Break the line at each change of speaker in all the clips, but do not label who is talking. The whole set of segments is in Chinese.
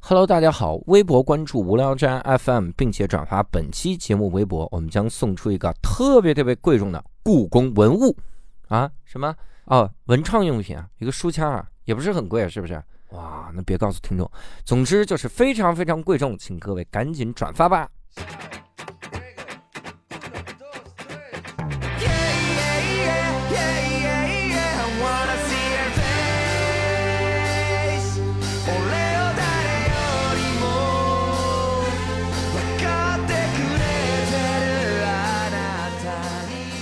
Hello，大家好！微博关注无聊斋 FM，并且转发本期节目微博，我们将送出一个特别特别贵重的故宫文物啊！什么哦，文创用品啊，一个书签啊，也不是很贵，是不是？哇，那别告诉听众。总之就是非常非常贵重，请各位赶紧转发吧。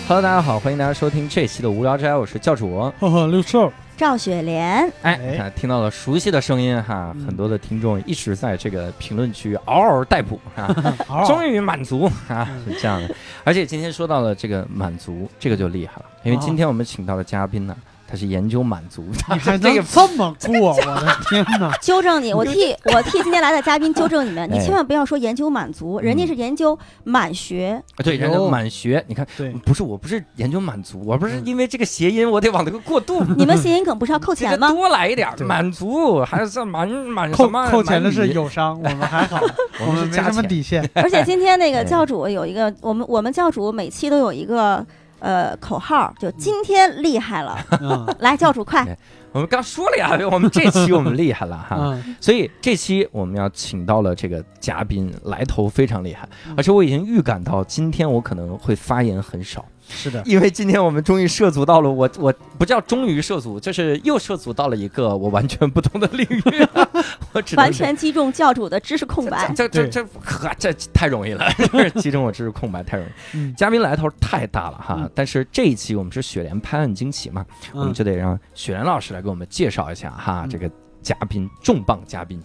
Hello，大家好，欢迎大家收听这期的无聊斋，我是教主。
哈哈，六兽，
赵雪莲，
哎，
哎
你看听到了熟悉的声音哈，
嗯
很多的听众一直在这个评论区嗷嗷待哺哈。
好
终于满足哦 啊，
嗯
是这样的。而且今天说到了这个满足，这个就厉害了，因
哦
为今天我们请到的嘉宾呢，他是研究满足， 他
你啊还
是
能
这个
这么过，我的天哪！
纠正你，我替我替今天来的嘉宾纠正你们，你
哎
千万不要说研究满足，人家
嗯
是研究满学，
对人家
哟
满学。你看，
哎对，
不是我不是研究满足，我不是
嗯
因为这个谐音，我得往这个过 渡。
你们谐音梗不是要扣
这个
钱吗？
多来一点
对
满足，还是满满
扣
什么
扣钱的是
满语
友商，我们还好，
我
我
们
们
是
没
加
什么
钱。
底 线。
而且今天那个
哎
教主有一个，我们我们教主每期都有一个呃口号，就今天厉 害了，
嗯
来教主快
哎，我们刚说了呀， 我们这期我们厉害了哈。
嗯，
所以这期我们要请到了这个嘉宾，来头非常厉害
嗯，
而且我已经预感到今天我可能会发言很少，
是的，
因为今天我们终于涉足到了我我不叫终于涉足，就是又涉足到了一个我完全不同的领域， 我只能
完
是
全击中教主的知识空白。
这这这呵，这太容易了，就是击中我知识空白太容易。
嗯，
嘉宾来头太大了哈
嗯，
但是这一期我们是雪莲拍案惊奇嘛，我们就得让雪莲老师来给我们介绍一下哈
嗯
这个嘉宾重磅嘉宾。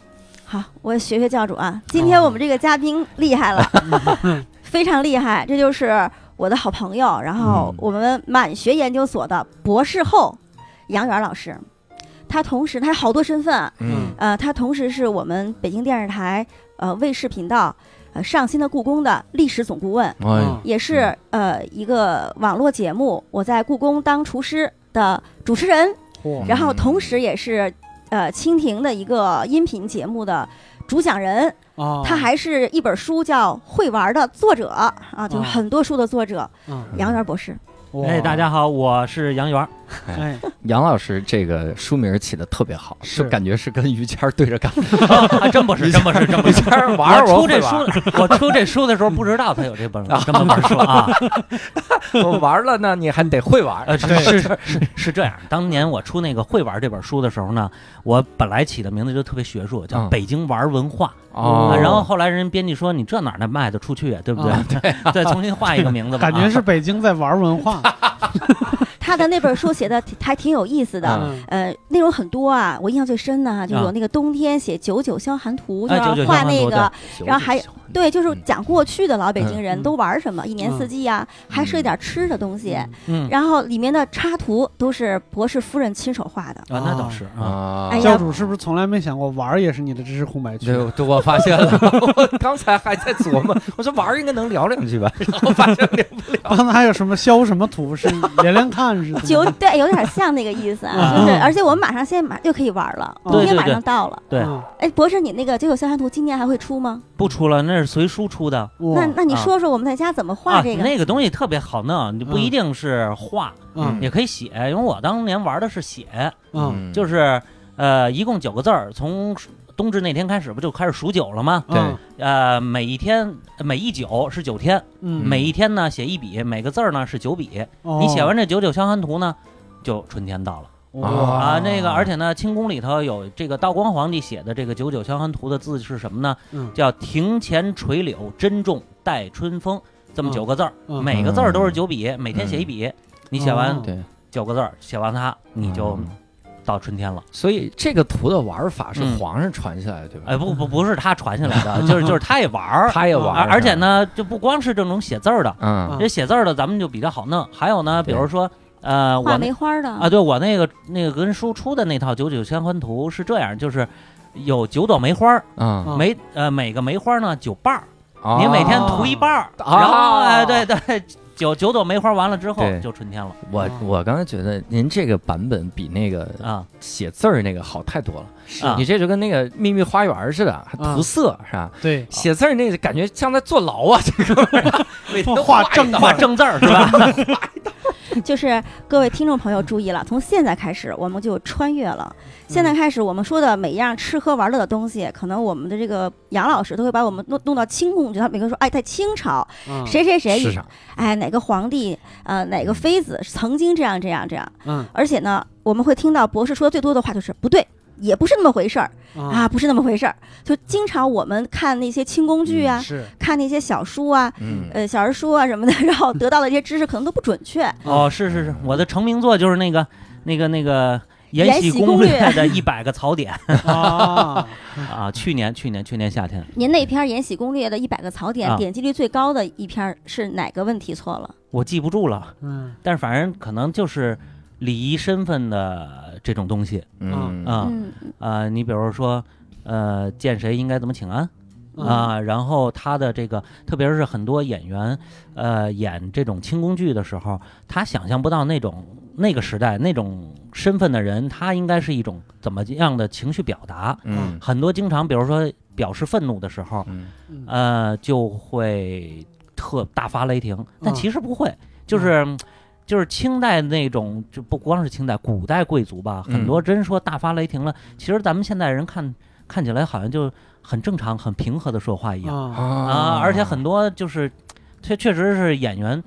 好，我学学教主啊，今天我们这个嘉宾厉害了，非常厉害，这就是我的好朋友，然后
嗯
我们满学研究所的博士后杨元老师，他同时他有好多身份啊，
嗯
呃，他同时是我们北京电视台呃卫视频道呃上新的故宫的历史总顾问，
哎
嗯
也是呃一个网络节目《我在故宫当厨师》的主持人，
嚯
然后同时也是呃蜻蜓的一个音频节目的主讲人，
哦
他还是一本书叫《会玩》的作者啊，就是
哦
很多书的作者
嗯，
杨元博士。
哇
哎，大家好，我是杨 元儿。
哎，
杨老师这个书名起的特别好，
是
就感觉是跟于谦儿对着干。
还真不是，真不是，真不
于
是。
谦 儿玩
我
儿，
出
会
这
玩儿
书，我出这书的时候不知道他有这本这么本书啊。
我玩了呢，你还得会玩 儿。
呃，是是是是这样，当年我出那个《会玩》这本书的时候呢，我本来起的名字就特别学术，叫
嗯
《北京玩文化》
哦
啊。然后后来人编辑说：“你这哪儿能卖得出去 啊？对不
啊
对？再重新画一个名字吧。”
感觉是北京在玩文化，
他的那本书写的挺还挺有意思的。
啊
嗯
呃，内容很多啊，我印象最深的哈、就有
啊
那个冬天写九九消寒图，就
哎
要
九九
画
消寒
那
图
个，然后还
有
对，就是讲过去的老北京
嗯
人
嗯
都玩什么，一年四季啊，还涉及点吃的东西。
嗯
然后里面的插图都是博士夫人亲手画
嗯
的，
啊，那倒是啊。
啊
哎呀
教主是不是从来没想过玩也是你的知识空白区？啊
对，对，我发现了， 我刚才还在琢磨，我说玩儿应该能聊两句吧，然后发现聊不了。
刚才还有什么消什么图是连连看 似的？
九对，有点像那个意思啊，
啊
就是而且我们马上现在马又可以玩了，
对
冬天
嗯对
马
对
上到了。
对，
嗯
哎，博士，你那个九九消寒图今年还会出吗？
不出了，那是随书出的
那
哇，
那你
啊
说说我们在家怎么
啊。
画这个？嗯
那个东西特别好弄，你不一定是画，
嗯
也可以写。因为我当年玩的是写，
嗯
嗯
就是呃，一共九个字儿，从冬至那天开始不就开始数九了吗？
嗯
呃，每一天呃每一九是九天，
嗯，
每一天呢写一笔，每个字儿呢是九笔。
哦
你写完这九九消寒图呢，就春天到了
哦
哇
啊。那个，而且呢，清宫里头有这个道光皇帝写的这个九九消寒图的字是什么呢？
嗯
叫庭前垂柳珍重待春风，这么
嗯
九个字儿，
嗯
每个字儿都是九笔，每天写一
嗯
笔。你写完
哦
对，
九个字儿，写完它，你就
嗯
到春天了。
所以这个图的玩法是
嗯
皇上传下来的，对吧？
哎，不不不是他传下来的，就是就是他也玩儿，
嗯 他也玩
而
儿，
而且，呢，就不光是这种写字儿的，
嗯
这写字儿的咱们就比较好弄。还有呢，比
对
如说呃，我
画
那
梅花的
啊，对我那个那个跟书出的那套《九九相欢图》是这样，就是有九朵梅花儿，
嗯，
啊
梅呃每个梅花呢九瓣儿，
啊
你每天涂一瓣儿，
啊
然后哎对对，九九朵梅花完了之后
对
就春天了
我
啊
我刚才觉得您这个版本比那个
啊
写字儿那个好太多了，
啊
你！这就跟那个秘密花园似的，还
啊
涂色是吧？
对，
写字儿那感觉像在坐牢啊，这个每天都
画
一
正
道
画正字儿是吧？
就是各位听众朋友注意了，从现在开始我们就穿越了。现
嗯
在开始我们说的每一样吃喝玩乐的东西，可能我们的这个杨老师都会把我们弄弄到清宫去。他每个人说，哎，在清朝
嗯
谁谁谁
啊
市，场
哎，哪个皇帝，呃，哪个妃子曾经这样这样这样。
嗯
而且呢，我们会听到博士说的最多的话就是不对。也不是那么回事儿
啊
啊，不是那么回事儿。就经常我们看那些清宫剧
嗯
啊，
是
看那些小书啊，
嗯，
呃，小人书啊什么的，然后得到的一些知识可能都不准确。
哦，是是是，我的成名作就是那个那个那个《延
延
禧
禧
攻
攻
略
略》
的一百个槽点
嗯
啊，
啊！去年去年去年夏天，
您那篇《延禧攻略》的一百个槽点、
啊
点击率最高的一篇是哪个问题错了？
我记不住了，
嗯
但是反正可能就是礼仪身份的这种东西
嗯
啊
嗯，
啊！你比如说，呃，见谁应该怎么请安
嗯
啊？然后他的这个，特别是很多演员，呃，演这种清宫剧的时候，他想象不到那种那个时代那种身份的人，他应该是一种怎么样的情绪表达？
嗯
很多经常，比如说表示愤怒的时候，
嗯
嗯
呃，就会特大发雷霆，但
嗯
其实不会，就是。就是清代那种，就不光是清代，古代贵族吧，
嗯
很多真说大发雷霆了。其实咱们现代人看看起来好像就很正常、很平和的说话一样
啊
啊
啊，而且很多就是，确确实是演员，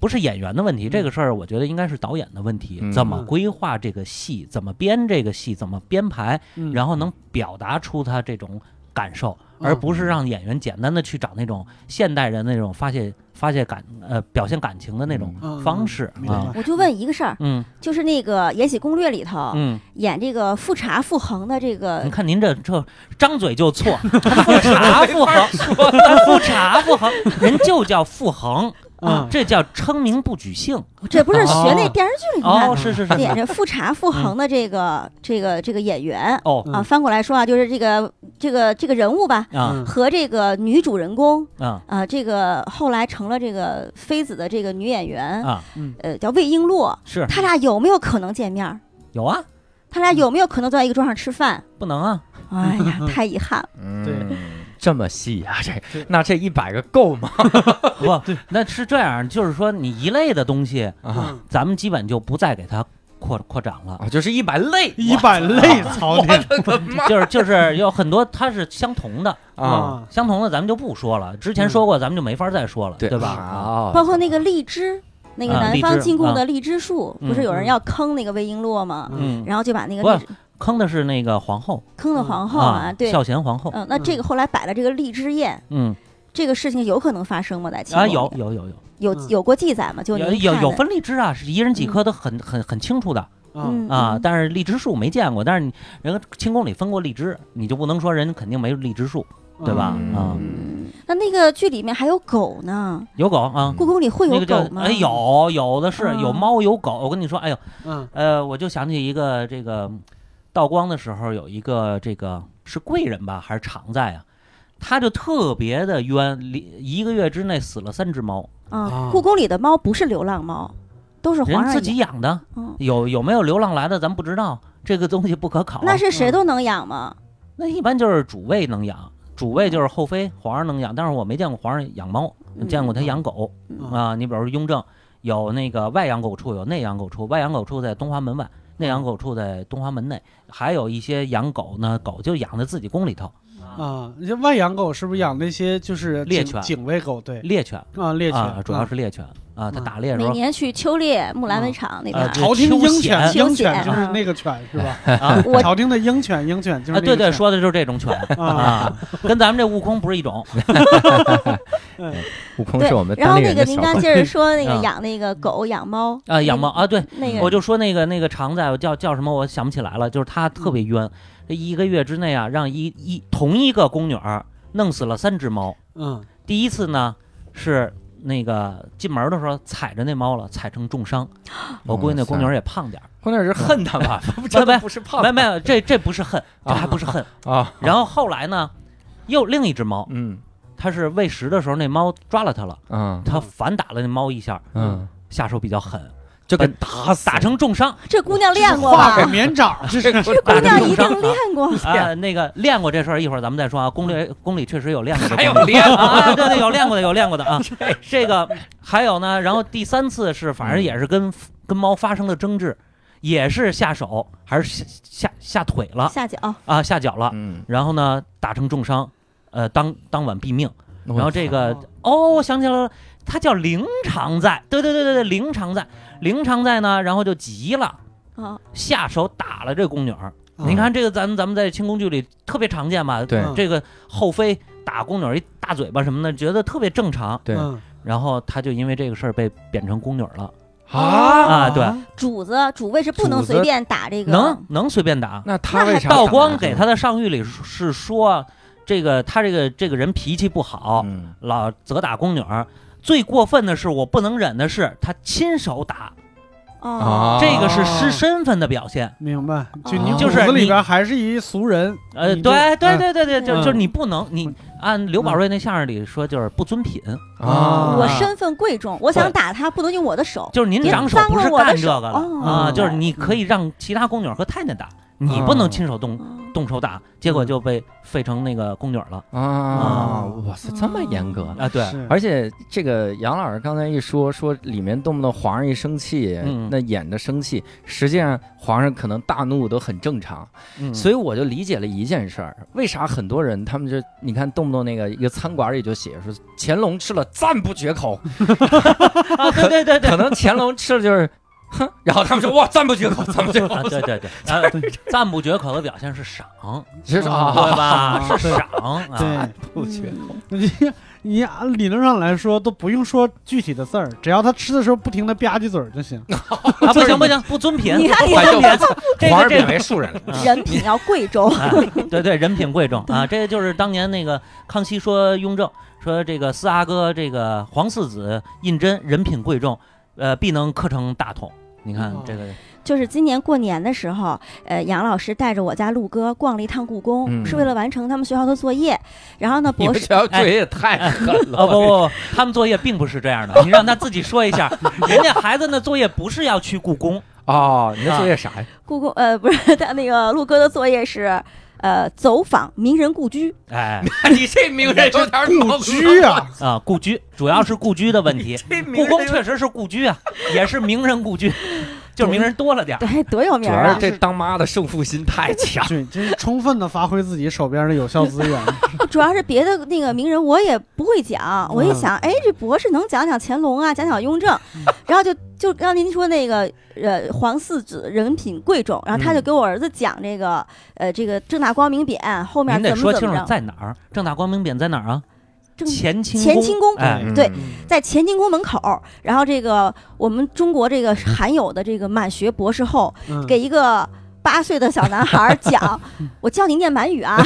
不是演员的
嗯
问题，这个事儿我觉得应该是导演的问题，
嗯
怎么规划这个戏，怎么编这个戏，怎么编排，
嗯
然后能表达出他这种感受，
嗯
而不是让演员简单的去找那种现代人那种发泄发泄感呃表现感情的那种
嗯嗯
方式
明白
啊。
我就问一个事儿，
嗯
就是那个《延禧攻略》里头、
嗯，
演这个富察傅恒的这
你
个，
看您这这张嘴就 错，富察傅恒，富察傅 恒，人就叫傅恒
啊
嗯
啊这叫称名不 举姓。
这不是学那电视剧里面、
哦，是是是，
演这富察傅恒的这个、这个这个演员、
嗯哦
啊，
嗯
翻过来说啊，就是这个这个这个人物吧。
啊
嗯
和这个女主人公
啊
啊、这个后来成了这个妃子的这个女演员，
啊，
呃，叫魏璎珞，
是
他俩有没有可能见面儿？
有啊，
他俩有没有可能坐在一个桌上吃饭？
不能啊，
哎呀，太遗憾了。
对
这么细啊，这
对
那这一百个够吗？
不，那是这样，就是说你一类的东西，
嗯
啊
咱们基本就不再给它扩扩展了。
啊，就是一百类，
一百类槽点
就是就是有很多它是相同的，
啊，，
相同的咱们就不说了。之前说过，咱们就没法再说了，对吧？啊
好，
包括那个荔枝，那个
啊
南
荔
方
枝
进贡的荔枝树，
嗯
不是有人要坑那个魏璎珞吗？
嗯，
然后就把那个
不嗯
荔枝
坑的是那个皇后
坑了皇后啊，对，
孝贤皇后，
嗯，那这个后来摆了这个荔枝宴，
嗯
这个事情有可能发生吗？在清
啊，
宫
有
里
有有有
有
嗯
有过记载吗？就
有
您
有
看
有
的，
分荔枝啊，是一人几颗的，很很很清楚的
嗯
嗯
啊。
嗯
但是荔枝树没见过，但是你人家清宫里分过荔枝，你就不能说人肯定没有荔枝树，对吧？啊，
那那个剧里面还有狗呢，
有狗啊。
故宫里会
那
有
个叫
狗吗？
哎，有有的是
嗯
有猫有狗，我跟你说，哎呦，
嗯
呃，我就想起一个这个道光的时候有一个这个是贵人吧还是常在啊，他就特别的冤，里一个月之内死了三只猫，
啊
啊，
故宫里的猫不是流浪猫，都是皇上
人自
养
己养的，
嗯
有有没有流浪来的咱不知道，这个东西不可考。啊
那是谁都能养吗？
那一般就是主位能养，主位就是后妃，皇上能养，但是我没见过皇上养猫，
嗯
见过他养狗
嗯
啊。你比如说雍正有那个外养狗处，有内养狗处，外养狗处在东华门外，内养狗处在东华门内，还有一些养狗呢，狗就养在自己宫里头，
啊，你像外养狗是不是养那些就是
猎
警
犬
警卫狗？对
猎犬
啊，猎
啊，
犬
主要是猎犬啊，他
嗯
打猎的时
每
候
年去秋猎木兰围场那边
呃
儿，
朝廷鹰犬，
休闲
鹰犬就是
嗯
那个犬是吧？
啊。
我
朝廷的鹰犬，鹰犬就是
啊，
那个
对对，
犬
说的就是这种犬
啊，
啊，跟咱们这悟空不是一种。
悟空
对
是我们
然后
单立人
那
的
个您
小
刚
狗
接着说那
啊
个养那个狗养猫
啊，养
嗯
猫啊，对，
那个
我就说那个那个常在，我叫叫什么，我想不起来了，就是他特别
嗯
冤，这一个月之内啊，让一一同一个宫女儿弄死了三只猫。
嗯
第一次呢是那个进门的时候踩着那猫了，踩成重 伤。我估计那宫女儿也胖点儿，
关键是恨他吧，
没没
不是胖
没没有，这这不是恨，这
啊
还不是恨。
啊，
然后后来呢，又另一只猫，
嗯，
它是喂食的时候那猫抓了它了，
嗯
它反打了那猫一下，
嗯，
下手比较狠，
就给
本
打死
打成重伤
这姑娘练过
画个
吧？
绵掌，这是
这
这姑娘一
打成
定练过。
啊。那个练过这事儿，一会儿咱们再说啊。宫里宫里确实有 练过这
还
功
有
夫，
练
啊，对对，有练过的，有练过的啊。这个还有呢，然后第三次是反正也是跟跟猫发生了争执，也是下手还是下下下腿了
下哦脚，
啊，下脚了，
嗯，
然后呢打成重伤，呃，当当晚毙命。
然
然后这个
嗯
哦，我想起来了，他叫林常在，对对对对对，林常在，林常在呢，然后就急了，
啊，
下手打了这宫女儿。
嗯
你看这个咱，咱们在清宫剧里特别常见吧？
对
嗯
这个后妃打宫女儿一大嘴巴什么的，觉得特别正常。
对
嗯
然后他就因为这个事儿被贬成宫女儿了，
啊，
啊对
主子主位是不能
主子
随便打这个，
能能随便打。
那他为啥
道光给他的上谕里是说，这个他这个这个人脾气不好，
嗯
老责打宫女儿。最过分的是，我不能忍的是他亲手打，
哦
啊
这个是失身份的表现。
明白，就你
哦
骨
啊就是
子里
你
边还是一俗人，
呃，
你就
对对
嗯
对对对，就
嗯
就是你不能，你按刘宝瑞那相声里说，就是不尊品，
啊，
我
是
身份贵重，我想打他不能用我的手。
就是您
别
长手
脏
不
了
是
我的
干这
手
个的
哦
啊，就是
对
你可以让其他宫女儿和太监打，你不能亲手动
嗯
动手打，结果就被废成那个宫女儿了
啊，
嗯
哇塞，这么严格呢。
啊。对，
嗯
是
而且这个杨老师刚才一说，说里面动不动皇上一生气，
嗯
那演的生气，实际上皇上可能大怒都很正常。
嗯
所以我就理解了一件事儿，为啥很多人他们就你看动不动那个一个餐馆里就写说乾隆吃了赞不绝口，
啊，对对对对
可。能乾隆吃了就是哼，然后他们说哇赞不绝口，赞不绝 口
啊，，对对对，啊赞不绝口的表现是赏，
其实啊
哦
对吧？
对
是赏啊，
对，
赞不绝口，
嗯
你你按理论上来说都不用说具体的字儿，只要他吃的时候不停的吧唧嘴儿就行。
啊，不行不行，不尊品，
你看你
不尊品，啊这
皇上
个这
贬
个
为庶人了。
啊
嗯人品要贵 重，
啊，对对，人品贵重啊，这就是当年那个康熙说雍正说这个四阿哥这个皇四子胤禛人品贵重，呃，必能刻成大统。你看
哦
这个，
就是今年过年的时候，呃，杨老师带着我家陆哥逛了一趟故宫，
嗯
是为了完成他们学校的作业。然后呢，
你
博
们
士
学校作业也太狠
哎
了！
哦不不不，他们作业并不是这样的，你让他自己说一下，人家孩子那作业不是要去故宫，
哦，你这作业啥呀？
故宫呃不是 他那个陆哥的作业是，呃，走访名人故居。
哎
你这名人有点
故居啊，
啊，故居主要是故居的问题，故宫确实是故居啊，也是名人故居，就是名人多了点儿。
对，多有
主
名儿
要
啊
是！这当妈的胜负心太 强。
对，真是充分的发挥自己手边的有效资源。
主要是别的那个名人我也不会讲，
嗯
我一想，哎，这博士能讲讲乾隆啊，讲讲雍正，
嗯
然后就就刚您说那个呃皇四子人品贵重，然后他就给我儿子讲这个呃这个正大光明匾后面
您得
怎
说
么
清
怎么
楚
着，
在哪儿，正大光明匾在哪儿啊？
正
乾清
乾清宫
哎，
对
嗯，
在乾清宫门口，然后这个我们中国这个罕有的这个满学博士后
嗯
给一个。八岁的小男孩儿 讲，我教你念满语啊，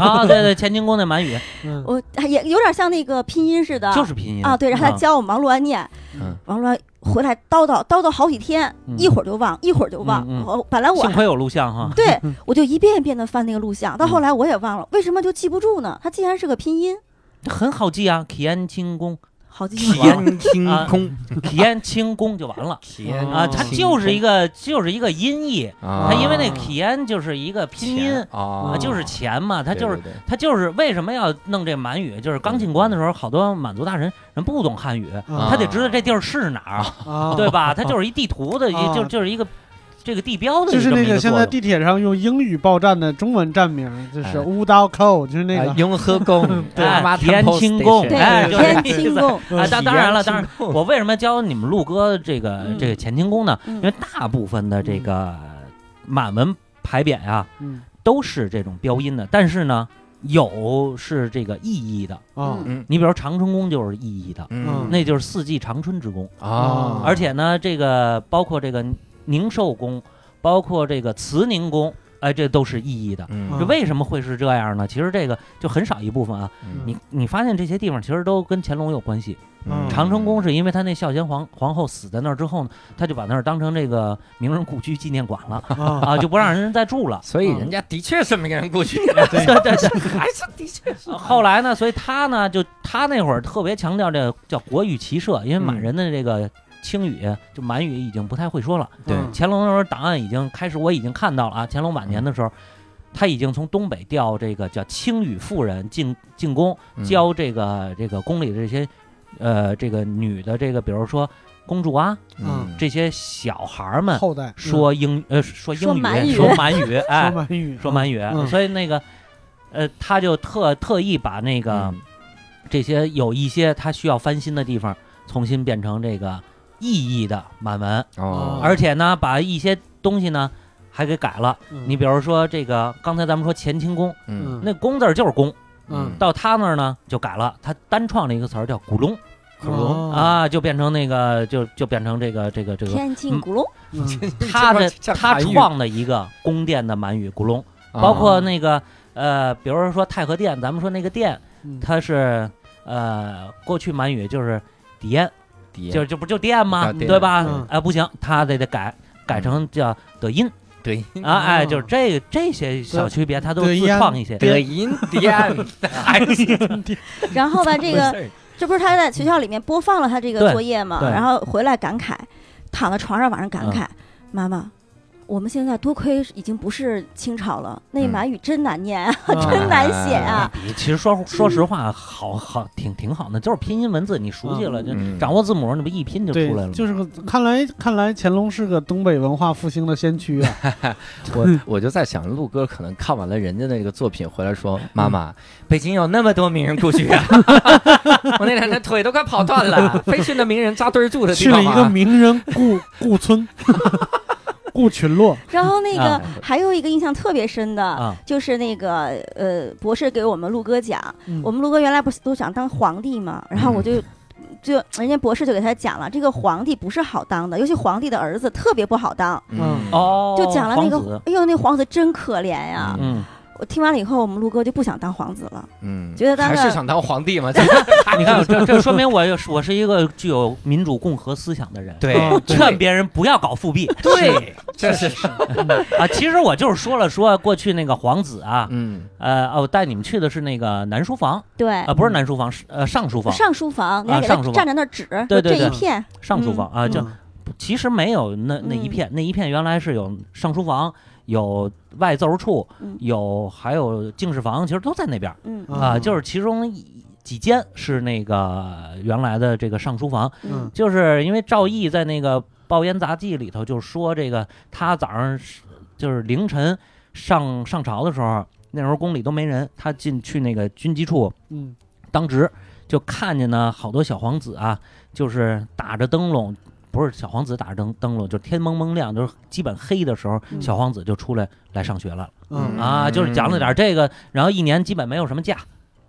啊，对对，乾清宫那满语
嗯
我哎也有点像那个拼音似的，
就是拼音
啊，对，让他教我们王璐安念，
嗯
王璐安回来叨叨叨叨好几天，
嗯
一会啊儿就忘，一会儿就忘。
嗯嗯
我本来我
幸亏嗯有录像哈。
对
嗯
我就一遍一遍的翻那个录像，到后来我也忘了，为什么就记不住呢？它竟然是个拼音，嗯
很好记啊，乾 清宫，
好记就忘了。
天清空，
乾清宫就完了
天
哦
啊，它就是一个就是一个音译，
啊
它因为那乾就是一个拼音
啊
啊，就是钱嘛，它就是
对对对
他就是为什么要弄这满语？就是刚进关的时候，好多满族大臣人不懂汉语，
啊
他得知道这地儿是哪儿，
啊，
对吧？他就是一地图的，
啊
一就就是一个这个地标的
就
这
是
么
那
一个
个现
作用。
在地铁上用英语报站的中文站名，就是
哎
Wu Dao Co，就是
哎
那
啊
个
雍和宫
对
大妈
天
temple
清宫
station
对，
哎就是
天
这意
清
思
宫，
啊，当当然了，当然，
然
我为什么教你们陆哥这个
嗯
这个乾清宫呢？因为
嗯，
大部分的这个满文牌匾啊，
嗯
都是这种标音的，但是呢，有是这个意义的。
啊
嗯
你比如长春宫就是意义的，
嗯
那就是四季长春之宫。
啊，
而且呢，这个包括这个宁寿宫，包括这个慈宁宫，哎，这都是意义的。
嗯
这
啊
为什么会是这样呢？其实这个就很少一部分啊。
嗯
你你发现这些地方其实都跟乾隆有关系。
嗯。
长城宫是因为他那孝贤皇皇后死在那儿之后呢，他就把那儿当成这个名人故居纪念馆了
啊，
啊，就不让人再住了
所以
人
人家
家的确是名人故 居，
对 对对。
还是的确是。
后来呢，所以他呢，就他那会儿特别强调这个叫国语骑射，因为满人的这个清语、就满语已经不太会说了。
对
嗯
乾隆那时候档案已经开始，我已经看到了啊。乾隆晚年的时候，他已经从东北调这个叫清语妇人进进宫，
嗯
嗯教这个这个宫里的这些，呃，这个女的这个，比如说公主啊，
嗯
这些小孩儿们
后代
说英呃说
说
英
满
语
语
说满 语，
嗯说
哎，
满语，
说满语，
嗯
所以那个呃，他就特特意把那个。
嗯
这些有一些它需要翻新的地方，重新变成这个意义的满文，
哦，
而且呢，把一些东西呢还给改了。
嗯，
你比如说这个，刚才咱们说乾清宫，
嗯
嗯
那宫字儿就是宫，
嗯
到他那儿呢就改了，他单创了一个词儿叫古龙
古龙
哦
哦
嗯
啊，就变成那个就就变成这个这个这个，
天庆古龙，
嗯
他的
这
他
韩愈哦
创的一个宫殿的满语古龙，
啊
包括那个呃，比如说太和殿，咱们说那个殿，
嗯
它是呃过去满语就是底宴。
底
就就不就电
啊
吗？
电
对吧？
嗯
哎，不行，他得得改改成叫德音
对
啊！哎，
哦
就是这这些小区别，他都
德
自
音
创一些。
德银店， 还是
然后吧，这个这不是他在学校里面播放了他这
对
个作业嘛，
对嗯
然后回来感慨，躺在床上晚上感慨，妈妈。我们现在多亏已经不是清朝了，那
嗯
满语真难念啊，
啊
哎
真难写啊！
你其实说说实话，好好挺挺好的，就是拼音文字你熟悉了，就
嗯
掌握字母，你不一拼就
对
出来了，吗？
就是个看来看来乾隆是个东北文化复兴的先驱啊，
我我就在想，陆哥可能看完了人家那个作品回来说：“妈妈，北京有那么多名人故居啊，
我那两天腿都快跑断了，非去那名人扎堆儿住的地
去
啊
了
啊
方
一
吗
个名人故故村 故群落，
然后那个
啊
还有一个印象特别深的，
啊，
就是那个呃，博士给我们陆哥讲，
嗯
我们陆哥原来不是都想当皇帝嘛，然后我
嗯
就。 就人家博士就给他讲了，这个皇帝不是好当的，尤其皇帝的儿子特别不好当。
嗯
哦，
就讲了那
皇
个
子，
哎呦，那皇子真可怜呀！
嗯，
我听完了以后，我们陆哥就不想当皇子了，
嗯，
觉得当
还是
了
想当皇帝嘛？
哎你看这这说明我有我是一个具有民主共和思想的人，
对
啊对
劝别人不要搞复辟
对，这是
啊！其实我就是说了说过去那个皇子啊，
嗯，
呃，哦，我带你们去的是那个南书房，
对
啊，不是南书房，是呃上书房，
上书房，你还给
上
他
书房
站在那儿指，就
对对
这一
对
片，
上书房啊， 就
嗯
其实没有那那
嗯
一片，那一片原来是有上书房，有外奏处
嗯，
有还有进士房，其实都在那边儿
嗯
啊
啊，就是其中一几间是那个原来的这个上书房，
嗯
嗯
就是因为赵毅在那个《报烟杂记》里头就说这个，他早上是就是凌晨上上朝的时候，那时候宫里都没人，他进去那个军机处
嗯
当值就看见呢好多小皇子啊，就是打着灯笼，不是小皇子打着灯灯笼，就是天蒙蒙亮，就是基本黑的时候，
嗯
小皇子就出来来上学了、
嗯
啊，就是讲了点这个，然后一年基本没有什么假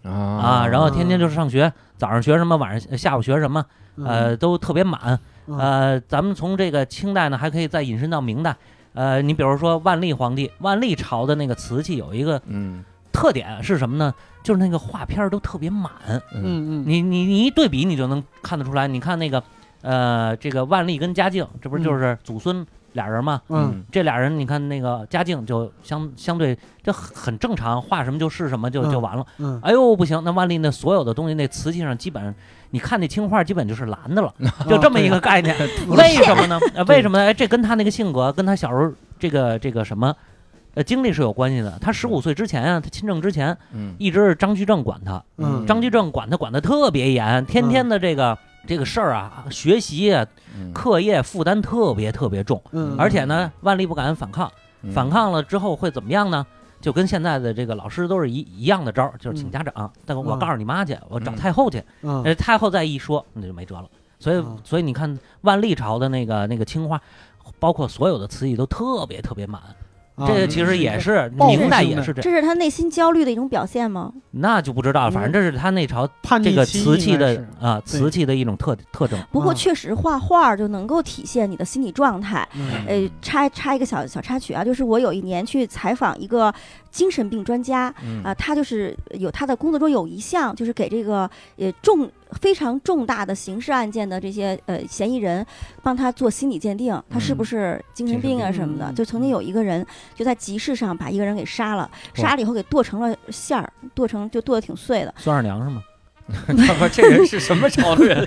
啊，
啊
然后天天就是上学，早上学什么，晚上下午学什么，呃，都特别满。
嗯
呃，咱们从这个清代呢，还可以再引申到明代。呃，你比如说万历皇帝，万历朝的那个瓷器有一个
嗯
特点是什么呢？就是那个画片儿都特别满，
嗯
嗯嗯
你你你一对比，你就能看得出来。你看那个，呃，这个万历跟嘉靖，这不是就是祖孙俩人吗？
嗯
这俩人，你看那个嘉靖就相相对这很很正常，画什么就是什么就就
嗯
完了。
嗯
哎呦，不行，那万历那所有的东西，那瓷器上基本，你看那青花基本就是蓝的了， 就这么一个 概念。
嗯对啊
为 什么呢？呃为什么呢？哎，这跟他那个性格，跟他小时候这个这个什么，呃，经历是有关系的。他十
嗯
五岁之前啊，他亲政之前，
嗯
一直是张居正管他，
嗯
张居正管他管得特别严，天天的这个这个事儿啊，学习啊、
嗯
课业负担特别特别重，
嗯
而且呢，万历不敢反抗，
嗯
反抗了之后会怎么样呢？就跟现在的这个老师都是一一样的招儿，就是请
嗯
家长，但我
嗯
告诉你妈去，我找
嗯
太后去，
嗯
呃，太后再一说，那就没辙了。所以
嗯，
所以你看万历朝的那个那个青花，包括所有的瓷器都特别特别满。
啊
这个其实也是
报复
明代
性
也
的
是这，
这是他内心焦虑的一种表现吗？
那就不知道了。反正这是他那朝
叛逆
这个
期
瓷
应
器
该
的
是
啊，瓷器的一种特特征。
不过
啊
确实画画儿就能够体现你的心理状态。
嗯
呃，插插一个小小插曲啊，就是我有一年去采访一个精神病专家，
嗯
啊，他就是有他的工作中有一项，就是给这个呃重非常重大的刑事案件的这些呃嫌疑人，帮他做心理鉴定，他是不
嗯
是精
精
神
神
病啊
病
什么的。
嗯
就曾经有一个人就在集市上把一个人给杀了，杀了以后给剁成了馅儿，剁成就剁的挺碎的。
孙二娘是 吗？
不，这人是什么
哦
朝的人？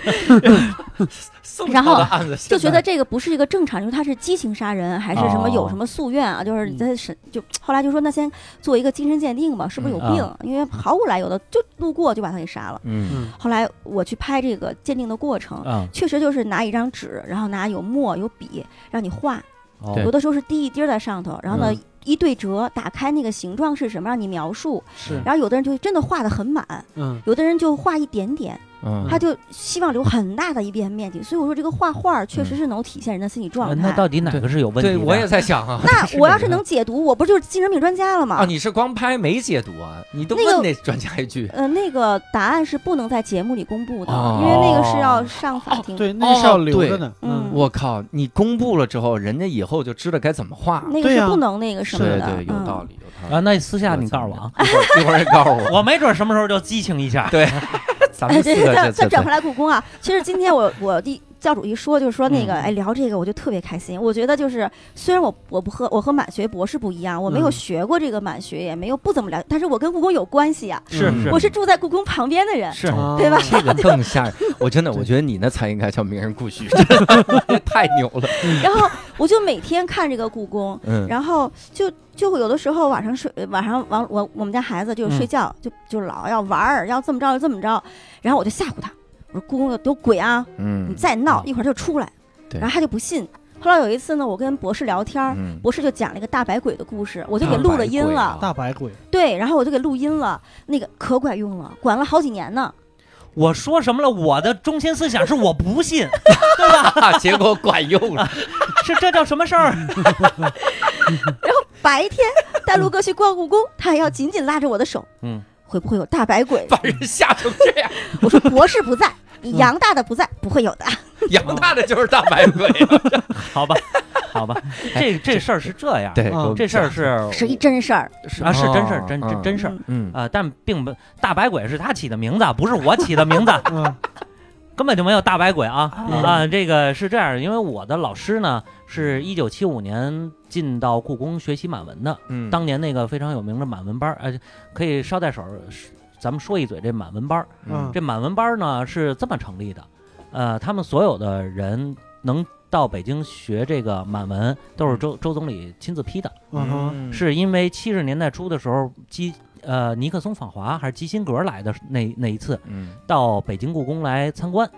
宋
然后
朝的案子
就觉
现
得
在
这个不是一个正常，就是他是激情杀人还是什么有
哦
什么夙愿啊？就是
嗯
在审就后来就说那先做一个精神鉴定吧，是不是有
嗯
病？
啊
因为毫无来由的就路过就把他给杀了。
嗯
嗯
后来我去拍这个鉴定的过程，
啊，
确实就是拿一张纸，然后拿有墨有笔让你画，
哦
对
有的时候是滴一滴儿在上头，然后呢、
嗯
一对折，打开那个形状是什么，让你描述。
是
嗯
然后有的人就真的画的很满，
嗯
有的人就画一点点，
嗯
他就希望留很大的一片面积。所以我说这个画画儿确实是能体现人的心理
呃
嗯
状态。
那到底哪个是有问题
对
的？
我也在想啊。
那我要是能解读，我不就是精神病专家了吗？
啊，你是光拍没解读啊？你都
那个
问那专家一句，
呃，那个答案是不能在节目里公布的，
哦
因为那个是要上法庭。
对，那个是要
哦
留
对
着的，
嗯
我靠，你公布了之后，人家以后就知道该怎么画。
那个
对
是
呀
不能那个什么
对
的。
对，有道
理。
理，有
嗯
道理。
嗯啊，那私下你告诉我啊，
一会儿，一会儿告诉我。
我没准什么时候就激情一下。
对，咱
哎，
们四
对，
个
再
这
再
这这
转回来故宫啊。其实今 天我我的教主一说，就是说那个
嗯
哎聊这个，我就特别开心。我觉得就是虽然我我不和我和满学博士不一样，我没有
嗯
学过这个满学，也没有不怎么了解，但是我跟故宫有关系啊。
是
嗯
是
我是住在故宫旁边的人，
是
啊
对吧
这个更吓 人。我真的，
对
我觉得你那才应该叫名人故居， 太牛了。
然后我就每天看这个故宫，
嗯，
然后就就会有的时候晚上睡，晚上晚我我们家孩子
嗯
就是睡觉，就就老要玩儿，要这么着就这么着，然后我就吓唬他，我说故宫有有鬼啊，你
嗯，
再闹一会儿就出来。
对
然后他就不信。后来有一次呢，我跟博士聊天儿。
嗯
博士就讲了一个大白鬼的故事，我就给
大
录
白
了音
鬼
了
啊，
大白鬼，
对，然后我就给录音了，那个可管用了，管了好几年呢。
我说什么了？我的中心思想是我不信，
啊，结果管用了。
是这叫什么事儿？
白天带陆哥去逛故宫，他还要紧紧拉着我的手，
嗯，
会不会有大白 鬼？
把人吓成这 样，
我 说博士不在，你杨大的不在，不会有的。
杨大的就是大白鬼 啊。
好吧，好吧，这这事儿是这样，
对，
啊
给我们
这事儿是
是一真事儿，
啊，是真事儿，
哦
真
嗯
真真事儿
嗯
嗯
啊，但并不大白鬼是他起的名字，啊不是我起的名字，啊
嗯
根本就没有大白鬼啊
嗯
啊！这个是这样，因为我的老师呢是一九七五年进到故宫学习满文的，
嗯
当年那个非常有名的满文班儿，呃，可以捎带手儿，咱们说一嘴这满文班儿。
嗯
这满文班儿呢是这么成立的，呃，他们所有的人能到北京学这个满文，都是周周总理亲自批的，
嗯哼，
是因为七十年代初的时候基。呃，尼克松访华还是基辛格来的那那一次，
嗯
到北京故宫来参观，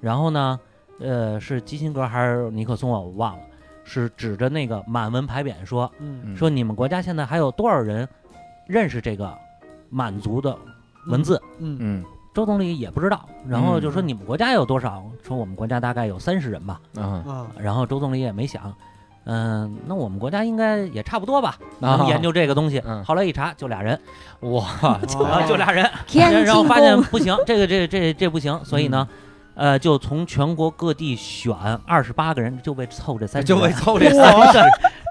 然后呢，呃，是基辛格还是尼克松啊？我忘了，是指着那个满文牌匾说，
嗯
嗯
说你们国家现在还有多少人认识这个满族的文字？
嗯
嗯
周总理也不知道，然后就说
嗯
你们国家有多少？说我们国家大概有三十人吧。
啊
啊
然后周总理也没想，嗯、那我们国家应该也差不多吧。
啊
咱们研究这个东西，
嗯
后来一查就俩人，
哇，
啊，就俩人，
天
然后
津
发现
宫
不行，这个这这这不行，所以呢。
嗯
呃，就从全国各地选二十八个人，就为凑这啊三，
就为
凑
这
三十，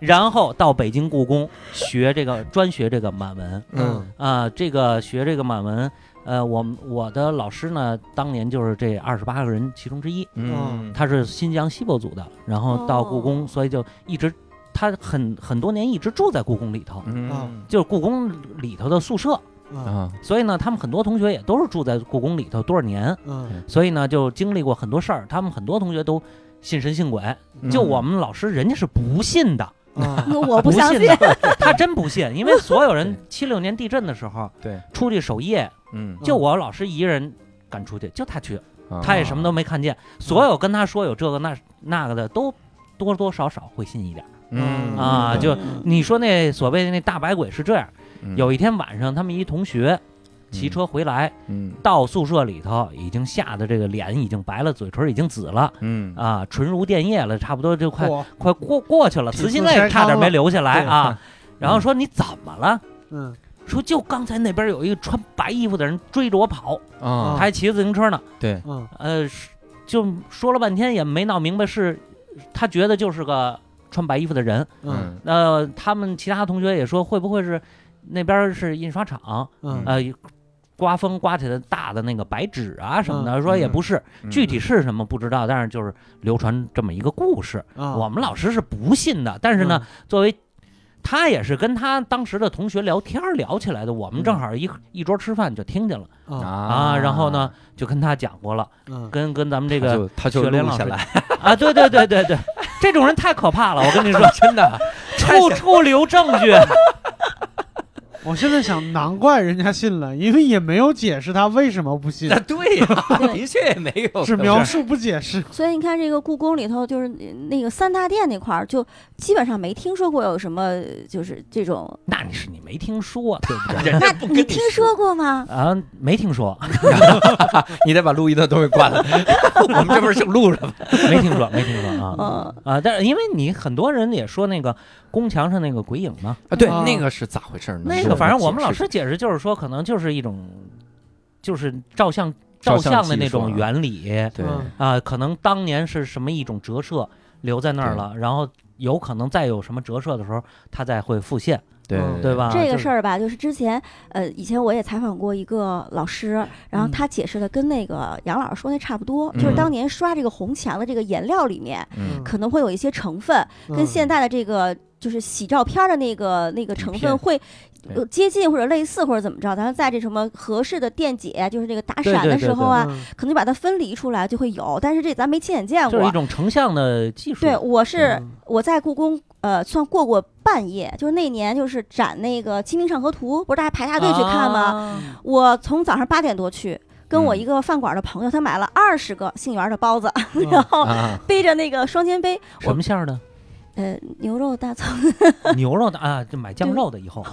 然后到北京故宫学这个专学这个满文，
嗯
啊、这个学这个满文，呃，我们我的老师呢，当年就是这二十八个人其中之一，
嗯，
他是新疆西部族的，然后到故宫，
哦
所以就一直他很很多年一直住在故宫里头，
嗯
就是故宫里头的宿舍，
啊
啊
所以呢，他们很多同学也都是住在故宫里头多少年，
嗯
所以呢，就经历过很多事儿，他们很多同学都信神信鬼，
嗯哦
就我们老师人家是不信的。
啊
我不相信。
的， 他真不信，因为所有 人七六年地震的时候，
对，
出去守夜，
嗯，
就我老师一人敢出去，就他去，
啊
他也什么都没看见。所有跟他说有这个那那个的，都多多少少会信一点。
嗯
啊就
嗯
你说那所谓的那大白鬼是这样，
嗯
有一天晚上，他们一同学骑车回来，
嗯
到宿舍里头，已经吓得这个脸已经白了，嘴唇已经紫了。
嗯
啊啊，唇如电液了，差不多就快
嚯
快过过去了，
皮肤
慈禧那差点没留下来
筛糠了
啊。
嗯
然后说你怎么了？
嗯
说就刚才那边有一个穿白衣服的人追着我跑，他
啊，
还骑自行车呢。
对，
嗯
呃，是就说了半天也没闹明白是，他觉得就是个穿白衣服的人。
嗯
那、他们其他同学也说，会不会是那边是印刷厂？
嗯
呃，刮风刮起来大的那个白纸啊什么的，说也不是，
嗯
具体是什么不知道，但是就是流传这么一个故事。
啊，嗯
我们老师是不信的，但是呢，作为他也是跟他当时的同学聊天儿聊起来的，我们正好一、一桌吃饭就听见了
嗯啊
啊
啊，然后呢，就跟他讲过了，
嗯
跟跟咱们这
他
个
就他就
雪莲
录
老
下
师
来，
啊，对对对对对，这种人太可怕了，我跟你说，
真的，
处处留证据，
我现在想，难怪人家信了，因为也没有解释他为什么不信
那，对呀，
对
的确也没有，
只描述不解释。
所以你看，这个故宫里头就是呃那个三大殿那块儿，就基本上没听说过有什么呃就是这种。
那你是你没听说，对不对？
人
那
家不跟
你听说过吗？
啊，没听说，
你得把录音的东西关了， 我们这不是录着吗？
没听说，没听说啊
嗯，
啊！但是因为你很多人也说那个宫墙上那个鬼影嘛，
啊，对，
啊
那个是咋回事呢？
那个反正我们老师解释就是说，可能就是一种，就是照相
照
照
相
相的
技
那
术
种
啊
原理啊、
对，
嗯
可能当年是什么一种折射留在那儿了，然后有可能再有什么折射的时候，它再会复现，
对
嗯
对？吧？
啊这
就
个
是
事儿吧，就是之前呃，以前我也采访过一个老师，然后
嗯
他解释的跟那个杨老师说那差不多，
嗯
就是当年刷这个红墙的这个颜料里面
嗯
可能会有一些成分，
嗯
跟
嗯
现代的这个就是洗照片儿的那个那个
底
成
片
分会
对
呃接近或者类似或者怎么着，然后在这什么合适的电解，啊就是这个打
对
闪
对
的
对
时候啊，
嗯
可能把它分离出来就会有，但是这咱没亲眼见
就是
过。
一种成像的技术。
对，我是
嗯
我在故宫呃算过过半夜，就是那年就是展那个《清明上河图》，不是大家排大队去看吗？
啊
我从早上八点多去。跟我
嗯
一个饭馆的朋友，他买了二十个杏园的包子，
嗯
然后
啊，
背着那个双肩背，
什么 馅儿的？
呃，牛肉大葱，
牛肉的啊，就买酱肉的 以后。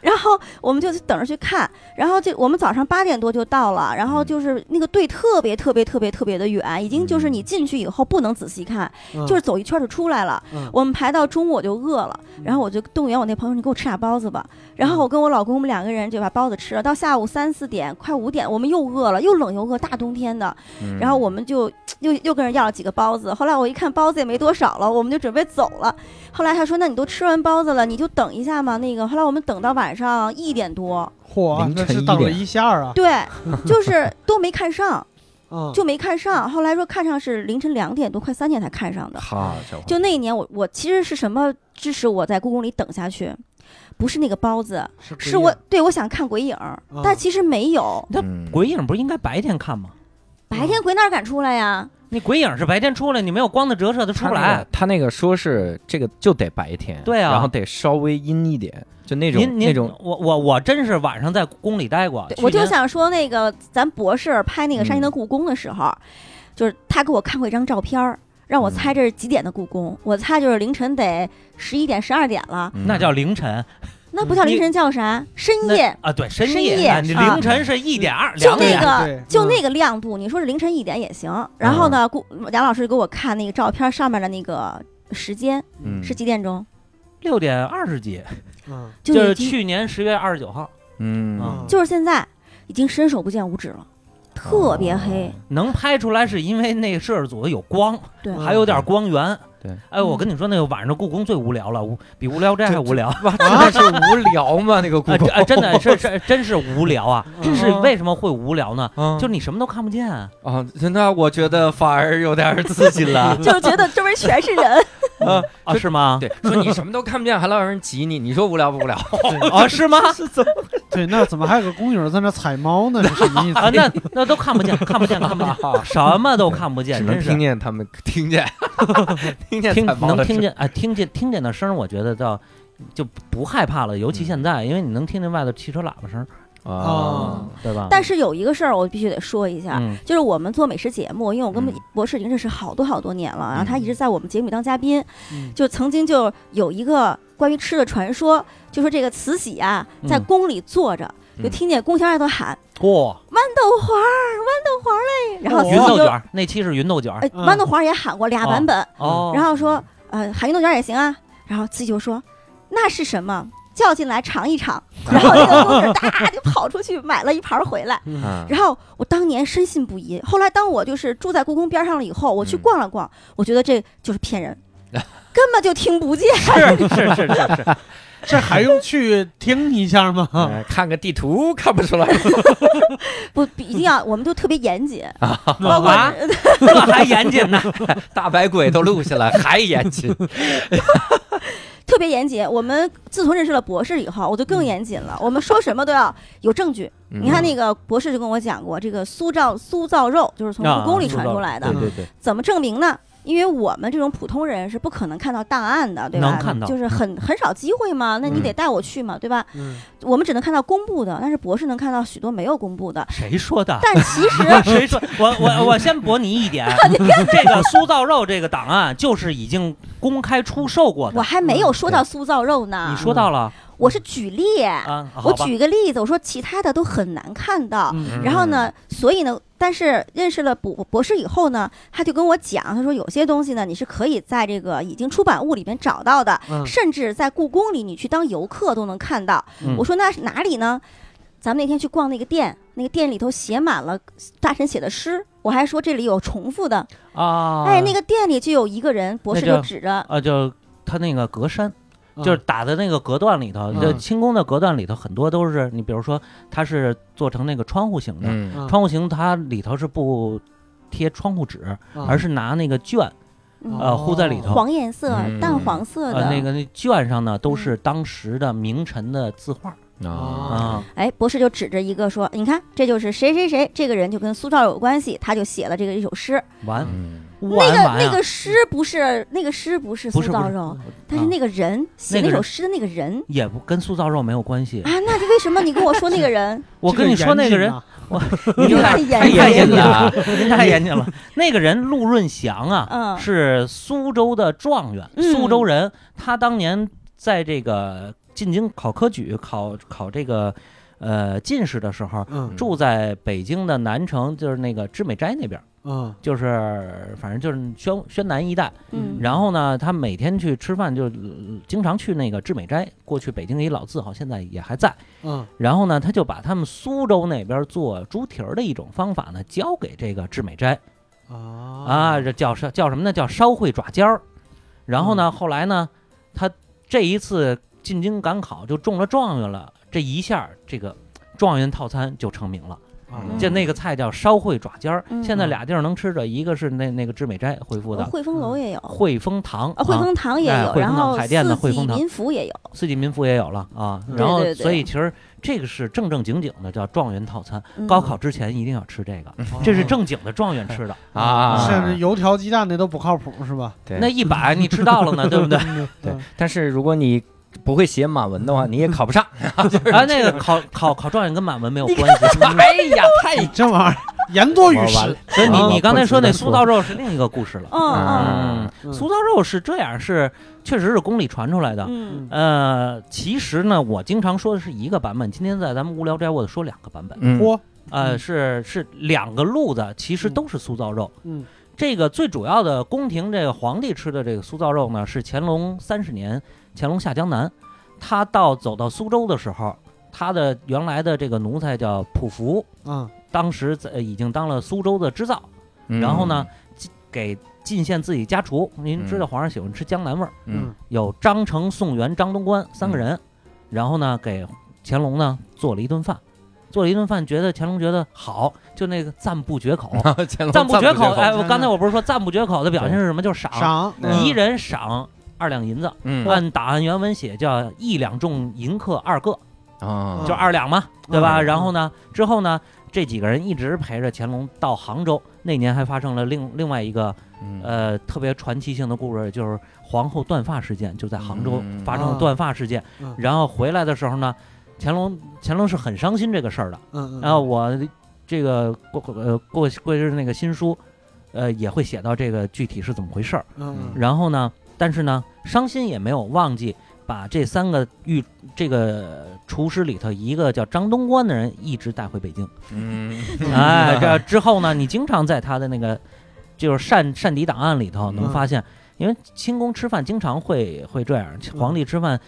然后我们就等着去看，然后这我们早上八点多就到了，然
嗯
后就是那个队特别特别特别特别的远，已经就是你进去以后不能仔细看，
嗯
就是走一圈就出来了。
嗯
我们排到中午我就饿了，然后我就动员我那朋友，你给我吃俩包子吧。然
嗯
后我跟我老公我们两个人就把包子吃了，到下午三四点快五点，我们又饿了，又冷又饿，大冬天的，
嗯
然后我们就又又跟人要了几个包子，后来我一看包子也没多少了，我们就准备走了。后来他说：“那你都吃完包子了，你就等一下嘛。”那个后来我们等到晚上一点多，
嚯，
凌
那
晨
是
一
等了
点
一下啊，
对，就是都没看上，
嗯
就没看上。后来说看上是凌晨两点多，快三点才看上的。
好家伙，
就那一年我，我其实是什么支持我在故宫里等下去？不是那个包子，
是鬼啊嗯
是我对我想看鬼影，但其实没有，
那
嗯
鬼影不是应该白天看吗？
白天鬼哪敢出来呀？
那鬼影是白天出来，你没有光的折射，它出
他
不
那
来
个。他那个说是这个就得白天，
对啊
然后得稍微阴一点，就那种
您
那
您
种，
我我我真是晚上在宫里待过
对，
去
我就
年
想说那个咱博士拍那个山西的
嗯
故宫的时候，就是他给我看过一张照片儿，让我
嗯
猜这是几点的故宫，我猜就是凌晨得十一点十二点了，
嗯
那叫凌晨，
那不叫凌
你
晨叫啥？深
那
夜。
啊，对，深
深
夜，
夜
啊你
啊
凌晨是一点二
就
两
那
点，
个
对
就
嗯
那个亮度，你说是凌晨一点也行。然后呢，顾杨老师给我看那个照片上面的那个时间
嗯
是几点钟？
六点二十几，
嗯
就
就是
已经
去年十月二十九号，
嗯
嗯
就是现在已经伸手不见五指了，特别黑。
能拍出来是因为那个摄制组有光，
对。
嗯
还有点光源。
对，
哎，我跟你说，那个晚上故宫最无聊了，无比无聊斋还无聊。
哇，真的是无聊吗？那个故
啊，这
宫
啊真的是是真是无聊啊！
嗯
是为什么会无聊呢？
啊
就是你什么都看不 见，
啊，那我觉得反而有点刺激了
就是觉得周围全是人，
啊
啊，
这
是吗？
对， 说你什么都看不见，还老让人挤你，你说无聊不无聊？
啊， 是吗？
对，那怎么还有个工友在那采猫呢？是什么意思？
啊，那那都看不见，看不见，看不见，什么都看不见，
只能
真
听
是
见他们 听 见，听见
听
踩毛
能
的
听
声
见啊，听见听见的声儿，我觉得倒就不害怕了，尤其
嗯
现在，因为你能听见外头汽车喇叭声儿，
啊
哦，
对吧？
但是有一个事儿我必须得说一下，
嗯，
就是啊我们做美食节目，因为我跟
嗯
博士已经认识好多好多年了，然后他
嗯
一直在我们节目里当嘉宾，
嗯
就曾经就有一个关于吃的传说，就说这个慈禧啊，
嗯
在宫里坐着，
嗯
就听见宫墙外头喊
嚯，
豌豆黄儿，豌豆黄儿嘞，然后
云
慈禧
豆
就
卷儿，那期是云豆卷儿
呃
嗯
豌豆黄儿也喊过俩版本，
哦，
然后说呃喊云豆卷儿也行啊，然后慈禧就说那是什么？叫进来尝一尝，然后这个公子哒就跑出去买了一盘儿回来。
啊，
然后我当年深信不疑，后来当我就是住在故宫边上了以后，我去
嗯
逛了逛，我觉得这就是骗 人，根本就听不见。
是是是是是， 这还用去听一下吗？
嗯
哎看个地图看不出 来，
不，一定要，我们就特别严谨， 包括
啊，这还严谨呢，大白鬼都录下来还严 谨，
特别严谨。我们自从认识了博士以后，我就
嗯
更严谨了。我们说什么都要有证据。
嗯
你看那个博士就跟我讲过，这个苏造苏造肉就是从
啊
故宫里
苏
传
造
出
肉
来的
对，对对，
怎么证明呢？因为我们这种普通人是不可能看到档案的，对吧
能看？到嗯
就是很很少机会嘛，那你
嗯
得带我去嘛，对吧？
嗯，
我们只能看到公布的，但是博士能看到许多没有公布 的。
谁说的？
但其实
谁说？我我我先驳你一点， 这个苏造肉这个档案就是已经公开出售过
我
的，
还没有说到苏造肉呢
嗯你，说到了
我是举例，
啊？好
我
吧，
举个例子，我说其他的都很难看到。
嗯
然后呢，所以呢，但是认识了博博士以后呢，他就跟我讲，他说有些东西呢，你是可以在这个已经出版物里面找到的，
啊
嗯
甚至在故宫里你去当游客都能看到。
嗯
我说那是哪里呢？咱们那天去逛那个店，那个店里头写满了大神写的诗，我还说这里有重复的。
啊，
哎，那个店里就有一个人，博士
那
就
叫
指着，
啊，就他那个格栅。
嗯
就是打的那个隔断里头，
嗯
就清宫的隔断里头很多都是你，比如说它是做成那个窗户型的，
嗯，
嗯
窗户型它里头是不贴窗户纸，
嗯
而是拿那个卷
嗯，
呃糊在里头，
黄颜色、
嗯
淡黄色的。嗯
呃那个那卷上呢都是当时的名臣的字画
哦
啊，
啊，
哎，博士就指着一个说：“你看，这就是谁谁谁，这个人就跟苏兆有关系，他就写了这个一首诗。
完
嗯
完啊
那
完
个那
呀
个诗不是那个诗不是
不
苏
是不
兆
是
哦
肉，但是那个人写那
那个
首
人
诗的那个人
也不跟塑造肉没有关系
啊。，那为什么你跟我说那个 啊人？
我跟你说那个人，
你
太
看
太
严
严
谨
谨了，
啊
您太严谨了。那个人陆润祥啊，
嗯
是苏州的状元，
嗯
苏州人。他当年在这个进京考科举、考考这个呃进士的时候，
嗯
住在北京的南城，就是那个知美斋那边，
嗯
就是反正就是宣宣南一带。
嗯
然后呢，他每天去吃饭，就呃经常去那个知美斋。过去北京一老字号，现在也还在。
嗯
然后呢，他就把他们苏州那边做猪蹄儿的一种方法呢，教给这个智美斋
啊
哦
啊，这叫什叫什么呢？叫烧烩爪尖儿。然后
嗯
呢，后来呢，他这一次进京赶考就中了状元了，这一下儿这个状元套餐就成名了。
哦
嗯
就那个菜叫烧烩爪尖儿，
嗯
现在俩地儿能吃着，一个是那那个智美斋恢复
呃
的
汇丰楼也有，啊，
汇丰堂
汇丰堂也
嗯哎
有，
汇
然
丰堂
后
海淀的
四
汇
季
丰堂
民福也有。
四季民福也有了啊，
嗯
然后
对对对
所以其实这个是正正经经的叫状元套餐，
嗯
高考之前一定要吃这个，
哦
这是正经的状元吃的，
甚至
啊，
油条鸡蛋那都不靠谱是吧？嗯
对
嗯
那一把你吃到了 呢，对不对？
对，但是如果你不会写满文的话，你也考不上。
啊，那个考考考状元跟满文没有关系，
哎呀，太
你这玩意儿言多语
我完
失
了，
所以
啊
你你刚才说那
不知道
苏造肉是另一个故事了。
嗯
啊
嗯，苏造肉是这样，是确实是宫里传出来的。
嗯
呃，其实呢，我经常说的是一个版本，今天在咱们无聊斋我得说两个版本。
嗯
嚯，
呃，
嗯
是是两个路子，其实都是苏造肉。
嗯
这个最主要的宫廷这个皇帝吃的这个苏造肉呢，是乾隆三十年乾隆下江南，他到走到苏州的时候，他的原来的这个奴才叫溥福，
嗯
当时在已经当了苏州的知造，
嗯
然后呢，给进献自己家厨。您知道皇上喜欢吃江南味儿，
嗯，
有张成、宋元、张东官三个人，然后呢给乾隆呢做了一顿饭，做了一顿饭，觉得乾隆觉得好，就那个赞不绝 口。
乾隆
赞不绝口，哎，
嗯
我刚才我不是说赞不绝口的表现是什么？就是赏，
赏嗯
一人赏二两银子，
嗯
按档案原文写叫一两重银客二个，
啊，
就二两嘛，对吧？
嗯
然后呢，之后呢，这几个人一直陪着乾隆到杭州。那年还发生了另另外一个
嗯
呃特别传奇性的故事，就是皇后断发事件，就在杭州
嗯
发生了
啊
断发事件。
嗯
然后回来的时候呢，乾隆乾隆是很伤心这个事儿的。
嗯
然后我这个过呃过过日那个新书，呃也会写到这个具体是怎么回事儿。
嗯
然后呢，但是呢，伤心也没有忘记把这三个御这个厨师里头一个叫张东关的人一直带回北 京。
嗯
哎，这之后呢，你经常在他的那个就是膳膳底档案里头
嗯
能
嗯
发现，因为清宫吃饭经常会会这样，皇帝吃饭。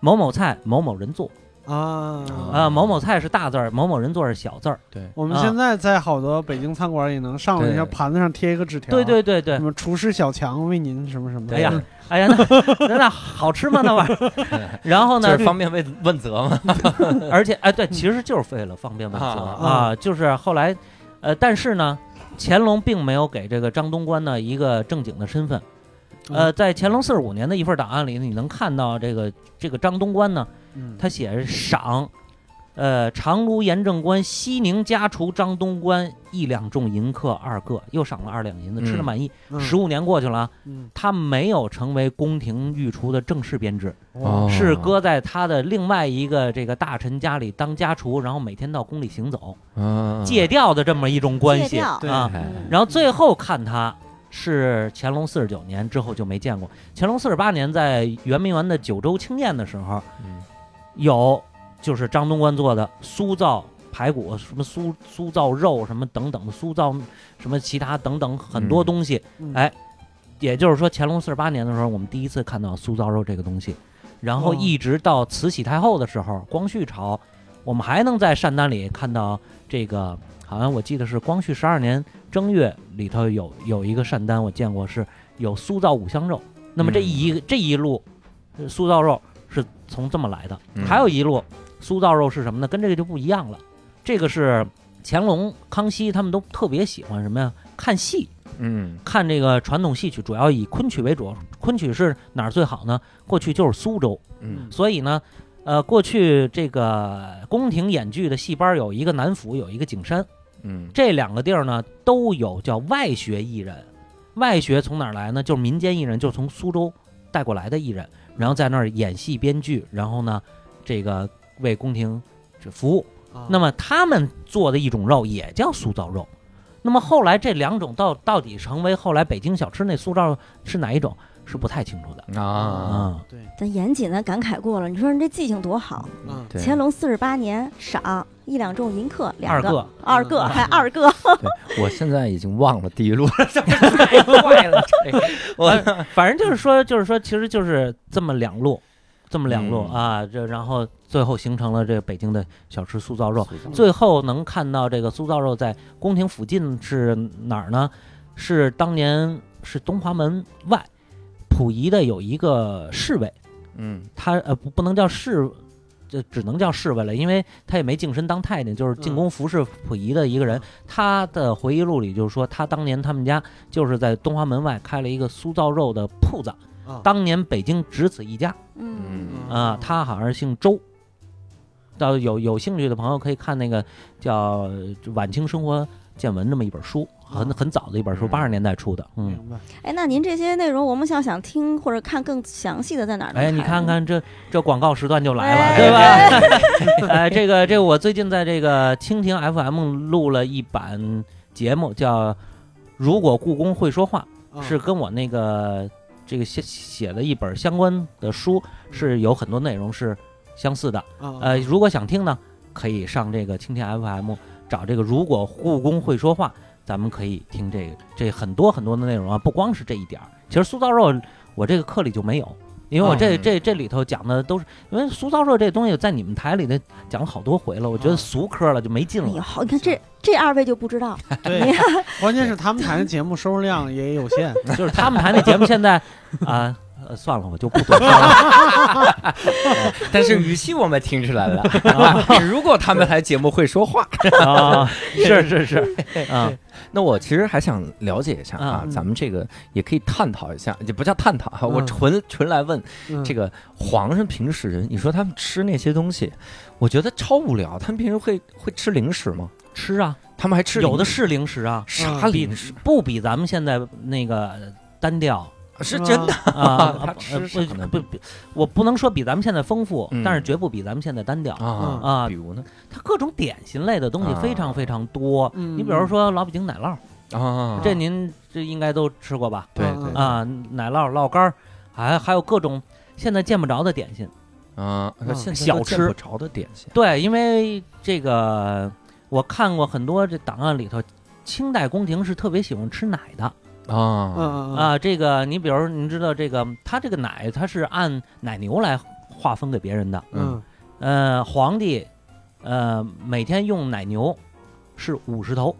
某某菜某某人做
啊。
嗯
啊、某某菜是大字儿，某某人做是小字儿。
对，
我们
啊
现在在好多北京餐馆也能上来，
对
像盘子上贴一个纸条，
对，对对对
嗯
什，么厨师小强为您什么什么。
哎呀，哎呀，那那那好吃吗？那玩意 儿？然后
就
呢
是？方便问问责嘛。
而且哎，对，其实就是为了方便问责
啊
啊
啊，就是后来，呃，但是呢，乾隆并没有给这个张东官呢一个正经的身份。
嗯
呃，在乾隆四十五年的一份档案里，你能看到这个这个张东官呢，
嗯，
他写赏，呃，长卢盐政官西宁家厨张东官一两重银客二个，又赏了二两银子，吃的
嗯
满意。
嗯
十五年过去了啊，
嗯
他没有成为宫廷御厨的正式编制，
嗯
哦
是搁在他的另外一个这个大臣家里当家厨，然后每天到宫里行走，
啊
借调的这么一种关
戒
系
掉
对
啊。
哎
然后最后看他是乾隆四十九年之后就没见过，乾隆四十八年在圆明园的九州清宴的时候，
嗯
有就是张东官做的酥造排骨，什么酥酥造肉，什么等等的酥造，什么其他等等很
嗯
多东西。
嗯
哎，也就是说，乾隆四十八年的时候，我们第一次看到酥造肉这个东西，然后
哦
一直到慈禧太后的时候，光绪朝，我们还能在膳单里看到这个。呃好像我记得是光绪十二年正月里头有有一个膳单，我见过是有酥造五香肉。那么这一、这一路，呃酥造肉是从这么来的。
嗯
还有一路酥造肉是什么呢？跟这个就不一样了。这个是乾隆、康熙他们都特别喜欢什么呀？看戏，
嗯
看这个传统戏曲，主要以昆曲为主。昆曲是哪儿最好呢？过去就是苏州，
嗯
所以呢，呃，过去这个宫廷演剧的戏班儿有一个南府，有一个景山。
嗯
这两个地儿呢都有叫外学艺人，外学从哪儿来呢？就是民间艺人，就是从苏州带过来的艺人，然后在那儿演戏编剧，然后呢，这个为宫廷这服务。
啊
那么他们做的一种肉也叫酥造肉。那么后来这两种到到底成为后来北京小吃那酥造是哪一种是不太清楚的
啊，
啊、
对，
咱严谨的感慨过了，你说人这记性多好。
嗯
对
乾隆四十八年赏一两重银客两
二
个，
个嗯
二个还二个，
我现在已经忘了第一路了。
太坏了，这
啊反正就是说，就是说，其实就是这么两路，这么两路
嗯
啊，这然后最后形成了这个北京的小吃酥造肉。最后能看到这个酥造肉在宫廷附近是哪儿呢？是当年是东华门外溥仪的有一个侍卫，
嗯
他呃不不能叫侍，这只能叫侍卫了，因为他也没净身当太监，就是
嗯
进宫服侍溥仪的一个人。他的回忆录里就说，他当年他们家就是在东华门外开了一个酥造肉的铺子，
啊
当年北京只此一家
嗯，
嗯
啊、他好像是姓周。到有有兴趣的朋友可以看那个叫《晚清生活见闻》这么一本书，很
啊
很早的一本书，
嗯
八十年代出的。嗯，
明白，
哎，那您这些内容，我们想想听或者看更详细的在哪儿？
哎，你看，看这这广告时段就来了，
哎
对吧？哎，这个这个我最近在这个蜻蜓 FM 录了一版节目，叫《如果故宫会说话》，
啊
是跟我那个这个写写的一本相关的书，是有很多内容是相似的。
啊
呃，如果想听呢，可以上这个蜻蜓 FM 找这个“如果故宫会说话”，咱们可以听这个这很多很多的内容啊，不光是这一点儿。其实苏造肉我这个课里就没有，因为我这、
嗯
这这里头讲的都是因为苏造肉这东西在你们台里头讲了好多回了，我觉得
啊
俗科了就没劲
哎呦
了。，
你看这这二位就不知道，
对，关键是他们台的节目收视量也有限，
就是他们台那节目现 在啊、呃算了，我 就不多说了。
但是语气我们听出 来了。啊如果他们来节目会说话，
啊，是是 是，啊，
那我其实还想了解一下啊，
嗯
咱们这个也可以探讨一下，也不叫探讨 啊，我
嗯
纯纯来问
嗯
这个皇上平时人，你说他们吃那些东西，我觉得超无聊。他们平时会会吃零食吗？
吃啊，
他们还吃
有的
是
是零食啊，
啥
比
零食？
不比咱们现在那个单调。
是真的
啊，
他
呃
吃啥呢
不不不，我不能说比咱们现在丰富，
嗯
但是绝不比咱们现在单调。
啊
啊
比如呢
它各种点心类的东西
啊
非常非常多。
嗯
你比如说老北京奶酪，
啊，
这您这应该都吃过吧？
对
嗯
对
啊，奶酪、酪干儿，还还有各种现在见不着的点心。
啊，那现在
小
都见
吃
不着的点心
对，因为这个我看过很多这档案里头。清代宫廷是特别喜欢吃奶的
嗯
啊，
嗯嗯
啊，这个你比如您知道这个，它这个奶它是按奶牛来划分给别人的。
嗯
嗯，
呃，皇帝，呃，每天用奶牛是五十头，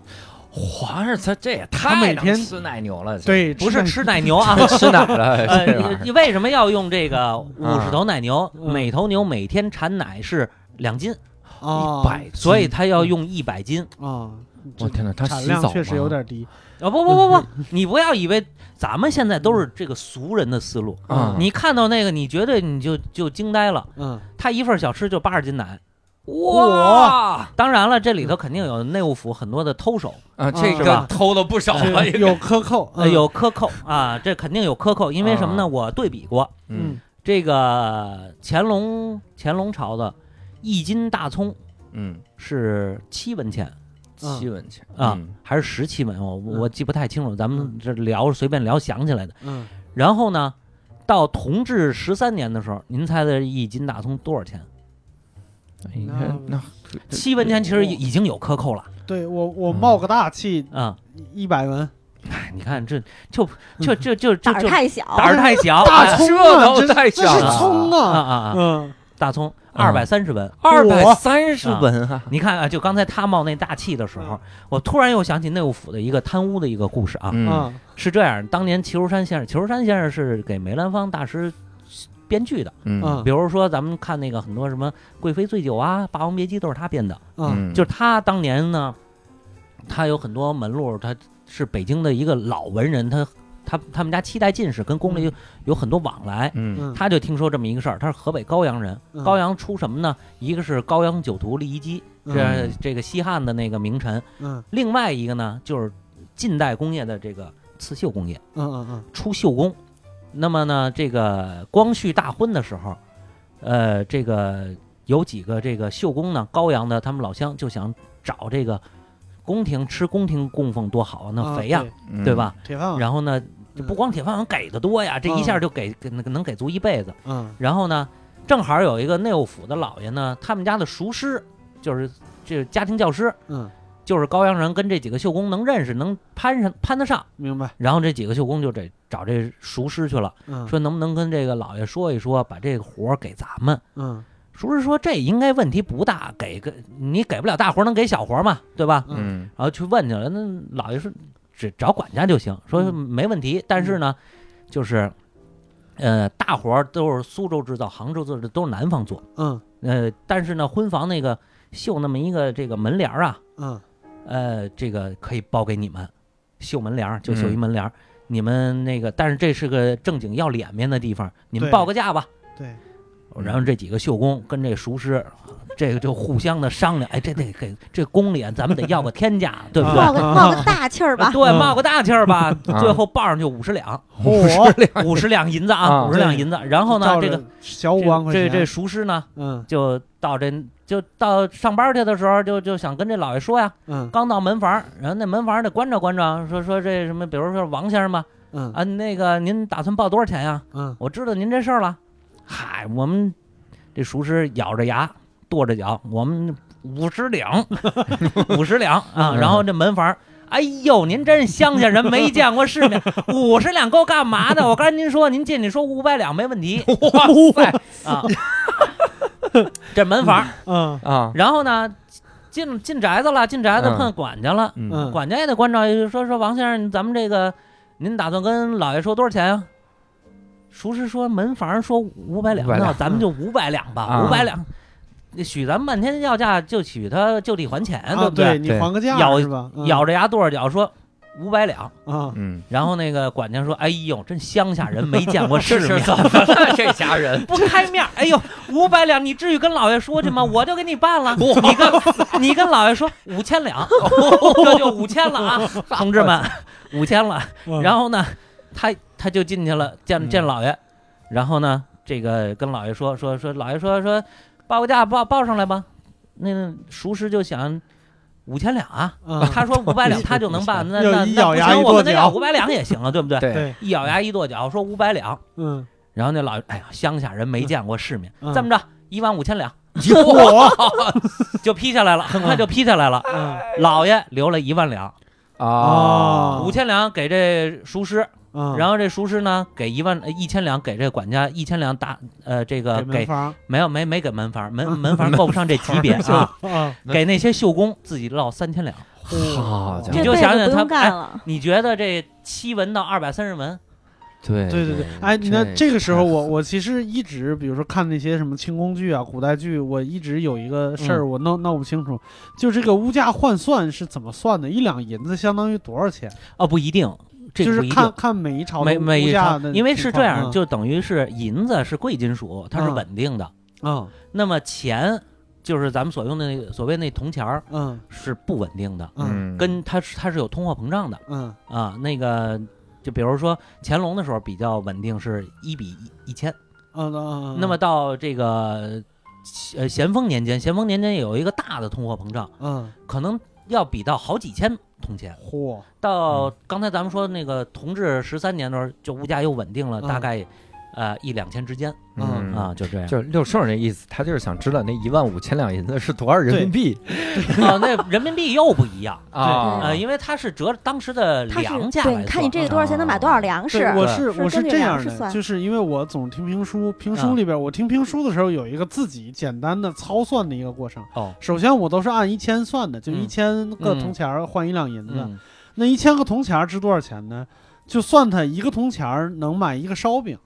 皇上他这也
他
太
每
能
天
吃奶牛了，这
对，
不是
吃
吃奶牛啊。
吃哪儿了？
呃，
这玩意儿
你为什么要用这个五十头奶牛？
嗯
每头牛每天产奶是两斤，
啊，
百
所以它要用一百斤。
啊，
我天哪，他
产
洗
量
澡
确实
吗
有点 低。
啊、不不不不，你不要以为咱们现在都是这个俗人的思路。
啊，
你看到那个，你绝对你就就惊呆了。
嗯，
他一份小吃就八十斤奶，
哇，
当然了，这里头肯定有内务府很多的偷手，
啊，这
是
个
吧
偷了不少啊，
是有克 扣，
呃，
嗯，
有克扣啊，这肯定有克扣，因为什么
啊
呢？我对比过
嗯
嗯
这个乾隆乾隆朝的一斤大葱
嗯，
是七文钱
嗯
七文钱
啊
嗯
还是十七文，我
嗯
我记不太清楚，咱们
嗯
这聊随便聊想起来的。
嗯，
然后呢，到同治十三年的时候，您猜的一斤大葱多少钱？
你看那
那
七文钱其实已已经有克扣了
对我我
嗯
冒个大气
啊！
一百文，
哎，你看这就就就就就
胆
就
儿太小，
胆儿太小，
大
哎
葱
这
啊，
都
这
太
这
小
是
了
葱
啊
啊，
啊啊！
嗯
大葱
啊
二百三十文。
二百
我
三十
啊
文啊，
你看啊，就刚才他冒那大气的时候
嗯，
我突然又想起内务府的一个贪污的一个故事啊。
嗯
啊
是这样，当年齐如山先生，齐如山先生是给梅兰芳大师编剧的，
嗯
嗯
比如说咱们看那个很多什么《贵妃醉酒》啊，《霸王别姬》都是他编的。
嗯
就是他当年呢，他有很多门路，他是北京的一个老文人，他他他们家七代进士，跟宫里有有很多往来。
嗯
嗯，
他就听说这么一个事儿，他是河北高阳人。
嗯
高阳出什么呢？一个是高阳酒徒利益基，这
嗯
这个西汉的那个名臣；
嗯
另外一个呢，就是近代工业的这个刺绣工业，
嗯嗯
出绣工。那么呢，这个光绪大婚的时候，呃，这个有几个这个绣工呢，高阳的他们老乡就想找这个宫廷吃宫廷供奉多好啊，
嗯，
那
啊
肥呀，，
嗯
对？吧？
对铁饭碗，
然后呢，
嗯
不光铁饭碗给的多呀，这一下就给给那个能给足一辈子。
嗯
然后呢，正好有一个内务府的老爷呢，他们家的塾师就是这家庭教师，
嗯，
就是高阳人跟这几个绣工能认识，能攀上攀得上。
明白，
然后这几个绣工就得找这塾师去了，
嗯
说能不能跟这个老爷说一说，把这个活儿给咱们。
嗯
厨师说这应该问题不大，给个你给不了大活儿，能给小活儿嘛，对吧？
嗯
嗯
然后去问去了，那老爷说只找管家就行，说
嗯
没问题。但是呢，就是呃，大活儿都是苏州制造，杭州制造，都是南方做。
嗯
呃，但是呢，婚房那个绣那么一个这个门帘儿啊，
嗯
呃，这个可以包给你们，绣门帘儿就绣一
嗯
门帘儿。你们那个，但是这是个正经要脸面的地方，你们
对
报个价吧。
对，
然后这几个绣工跟这熟师，啊这个就互相的商量，哎，这得给这宫里啊咱们得要个天价，对不对？
冒
啊
个冒个大气儿吧。
对，冒个大气儿吧，
啊
最后报上去五十两，
我
五十两银子啊，
啊
五十两银子。然后呢，这个
小五万块
这
钱，
这熟师呢，
嗯
就到这就到上班去的时候，就就想跟这老爷说呀，
嗯
刚到门房儿，然后那门房儿得关照关照，说说这什么，比如说王先生吧，
嗯
啊，那个您打算报多少钱呀？
嗯
我知道您这事儿了。嗨，我们这厨师咬着牙跺着脚，我们五十两， 五十两啊。
嗯
然后这门房儿，哎呦，您真是乡下人，没见过世面，五十两够干嘛的？我刚才您说，您进去说五百两没问 题
哇塞，
啊。这门房儿，
嗯
啊，
然后呢，进进宅子了，进宅子
嗯
碰管家了，
嗯
嗯
管家也得关照，说说王先生，咱们这个您打算跟老爷说多少钱啊？厨师说门房说五百两，
500
那
两
咱们就五百两吧，
啊
五百两，许咱们半天要价就许他就地还钱，
啊，
不
对
对？
你
对
还个价
咬
是吧？嗯
咬着牙跺着脚说五百两，
啊，
嗯，
然后那个管家说：“哎呦，真乡下人，没见过
这
世
是
面。”，
怎么了？这家人。
不开面儿，哎呦，五百两，你至于跟老爷说去吗？我就给你办了。你跟你跟老爷说五千两，这就五千了啊，同志们，五千了。然
后
后呢，他他就进去了，见
嗯
见老爷，然后呢，这个跟老爷说说说，老爷说说报个价报报上来吧。那熟识就想五千两啊，
嗯
他说五 百两他就能办，那
又
那
一
那
咬
不
牙
行，
一
我
跺
们得要
脚
五百两也行啊，对不 对？
对，
一咬牙一跺脚说五百两，
嗯，
然后那老爷，哎呀，乡下人没见过世面，
嗯
这么着，一万五千两
我
就批下来了，很 快就批下来了。
嗯
老爷留了一万两，
啊
哦
五千两给这熟师，
嗯，
然
后
后这厨师呢，给一万呃一千两给这个管家一千两打呃这个
给门
给
房
没有没没给门 房门门房够不上这级别啊，
啊，
给那些绣工自己落三千两。
好家伙
这
你
辈
就
子
想想
不
他
用干
哎
了。
你觉得这七文到二百三十文，
对
对
对
对，哎，那这个时候
太
我我其实一直，比如说看那些什么清宫剧啊、古代剧，我一直有一个事儿我弄弄不清楚，就这个物价换算是怎么算的？一两银子相当于多少钱？
哦，不一定，这
就
个
是
不一
看
定。
看每一朝的
每每
物
一
价
场
的情况，，
因为是这样，
嗯
就等于是银子是贵金属，它是稳定的。
嗯
那么钱就是咱们所用的那个所谓那铜钱儿
嗯
是不稳定的，
嗯
跟它是它是有通货膨胀的
嗯
啊。那个就比如说乾隆的时候比较稳定是一比一一千，
嗯嗯，
那么到这个呃咸丰年间，咸丰年间有一个大的通货膨胀，
嗯，
可能要比到好几千铜钱。
嚯，嗯
到刚才咱们说的那个同治十三年的时候，就物价又稳定了，
嗯
大概呃一两千之间
嗯
啊，就这样。
就是六兽那意思，他就是想知道那一万五千两银子是多少人民币
哦，那人民币又不一 样
啊？
呃，因为它是折当时的
他是
粮价
对，
来啊
你看你
算
这个多少钱能买多少粮食
对，？我
对
是
是
我是
根据
这
粮
样
食
的，
算
就是因为我总听评书，评书
嗯
里边我听评书的时候有一个自己简单的操算的一个过程。
哦，
首先我都是按一千算的，就
嗯
一千个
嗯
铜钱儿换一两银子。
嗯，
那一千个铜钱儿值多少钱呢？就算它一个铜钱儿能买一个烧饼，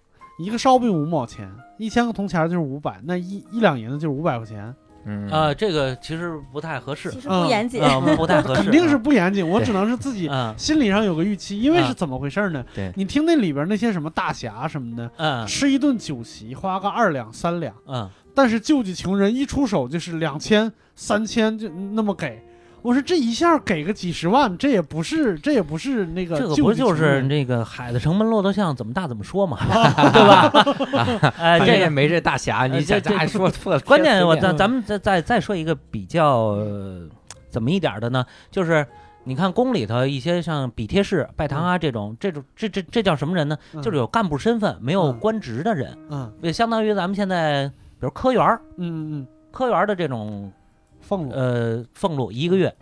一个烧饼五毛钱，一千个铜钱儿就是五百，那一一两银子就是五百块钱，
嗯
呃，这个其实不太合适
其，实
嗯
不严谨。
啊，不太合适，
肯定是不严谨。我只能是自己
嗯
心理上有个预期，因为
啊
是怎么回事儿呢？
对
你听那里边那些什么大侠什么的，
嗯
吃一顿酒席花个二两三两，
嗯，
但是救济穷人一出手就是两千三千就那么给。我说这一下给个几十万，这也不是，这也不是那个
这个
救
不
济穷
就是
人
那个海的城门骆驼巷怎么大怎么说嘛， 对吧？
反
哎，这
正
个
也没这大侠，你
这
这
这
这还说错了，
关键我
随便
咱咱们再再再说一个比较、呃怎么一点儿的呢？就是你看宫里头一些像比贴士、拜堂啊这种，这种这这这叫什么人呢？
嗯
就是有干部身份没有
嗯
官职的人，
嗯
也相当于咱们现在比如科员儿、
嗯嗯，
科员儿的这种
俸禄
呃俸禄，一个月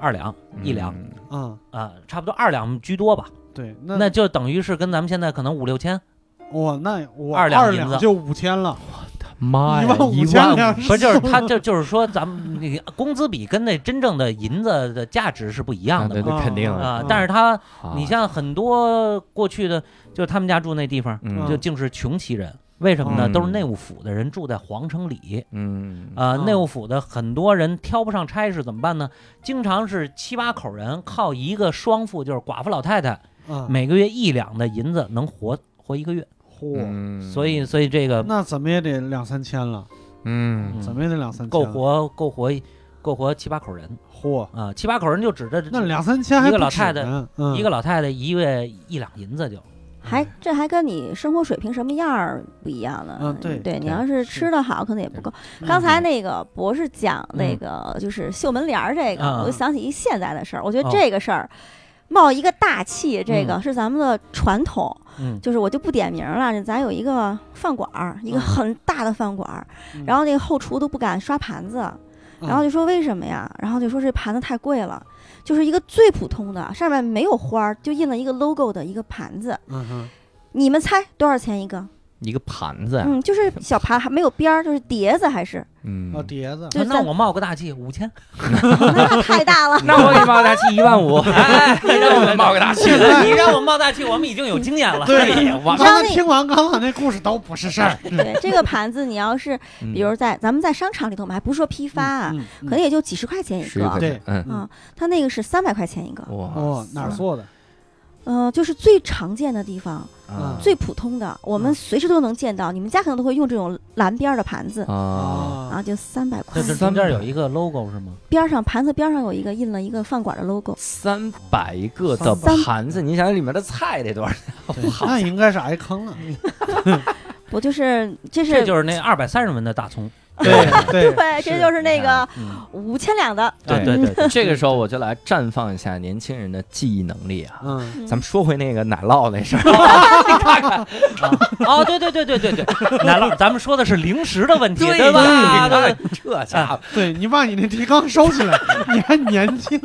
二两一两啊、
嗯
嗯，
差不多二两居多吧，
对，那
那就等于是跟咱们现在可能五六千。
我那我
二两
两
银子
就五千了，
妈呀，
万五
一
千
万
两
不是，就是他就就是说，咱们那个工资比跟那真正的银子的价值是不一样的
对
嘛
那肯定
啊
对
啊
啊。
但是他，
啊
你像很多过去的，就是他们家住那地方，
嗯
就竟是穷其人。为什么呢？
嗯
都是内务府的人住在皇城里
嗯
啊。
嗯
内务府的很多人挑不上差事，怎么办呢？经常是七八口人靠一个双妇，就是寡妇老太太，
嗯，
每个月一两的银子能活活一个月。
嚯，
所以，所以这个
那怎么也得两三千了，
嗯
嗯
怎么啊也得两三千，
够活够活够活七八口人。
嚯，
啊，七八口人就指着
那两三千还
一个
不
老
止
太太
呢，嗯
一个老太太一月一两银子就，
还这还跟你生活水平什么样儿不一样
啊
呢？
嗯对
你
对
要是吃的好，可能也不够。刚
嗯
才那个博士讲那个就是绣门帘儿这个，
嗯嗯
我就想起一现在的事儿。我觉
哦
得这个事儿冒一个大气，这个是咱们的传统。
嗯
就是我就不点名了，咱有一个饭馆儿，一个
嗯
很大的饭馆儿，
嗯
然后那个后厨都不敢刷盘子，
嗯
然后就说为什么呀？然后就说这盘子太贵了，就是一个最普通的，上面没有花儿，就印了一个 logo 的一个盘子。
嗯哼
你们猜多少钱一个？
一个盘子呀，
嗯，就是小盘还没有边儿，就是碟子还是？
嗯
哦碟子
对
啊那我冒个大气五千，
那太大了
那我给冒大气一万 五，哎，
你让我
冒个大
现在
你让我冒大气，我们已经有经验了。
对，
我
刚才听完刚才那故事都不是事儿，
对，这个盘子你要是
嗯
比如在咱们在商场里头买，还不是说批 发啊，
嗯，嗯
可能也就几十块钱一
十一块
个。
钱，嗯，
啊，它那个是三百块钱一个，
哇，
哦，哪儿做的？
嗯、就是最常见的地方，
啊
最普通的，我们
嗯
随时都能见到。你们家可能都会用这种蓝边儿的盘子，
啊，
然后就三百块
这这
钱，
中间有一个 logo 是吗？
边儿上盘子边儿上有一个印了一个饭馆的 logo。
三百个的
三
盘子，你想想里面的菜得多少？
对那 应该是挨坑了。
我就是，这是
这就是那二百三十文的大葱，
对对，
哎
对，哎这
是
就是那个嗯
嗯
五千两的，
对对对，对
这个时候我就来绽放一下年轻人的记忆能力啊！
嗯，
咱们说回那个奶酪那事儿，
哦，对对对对对对，奶酪，咱们说的是零食的问题，
对
吧？对
吧？这
啊
家伙，
对你把你那提纲收起 来，你还年轻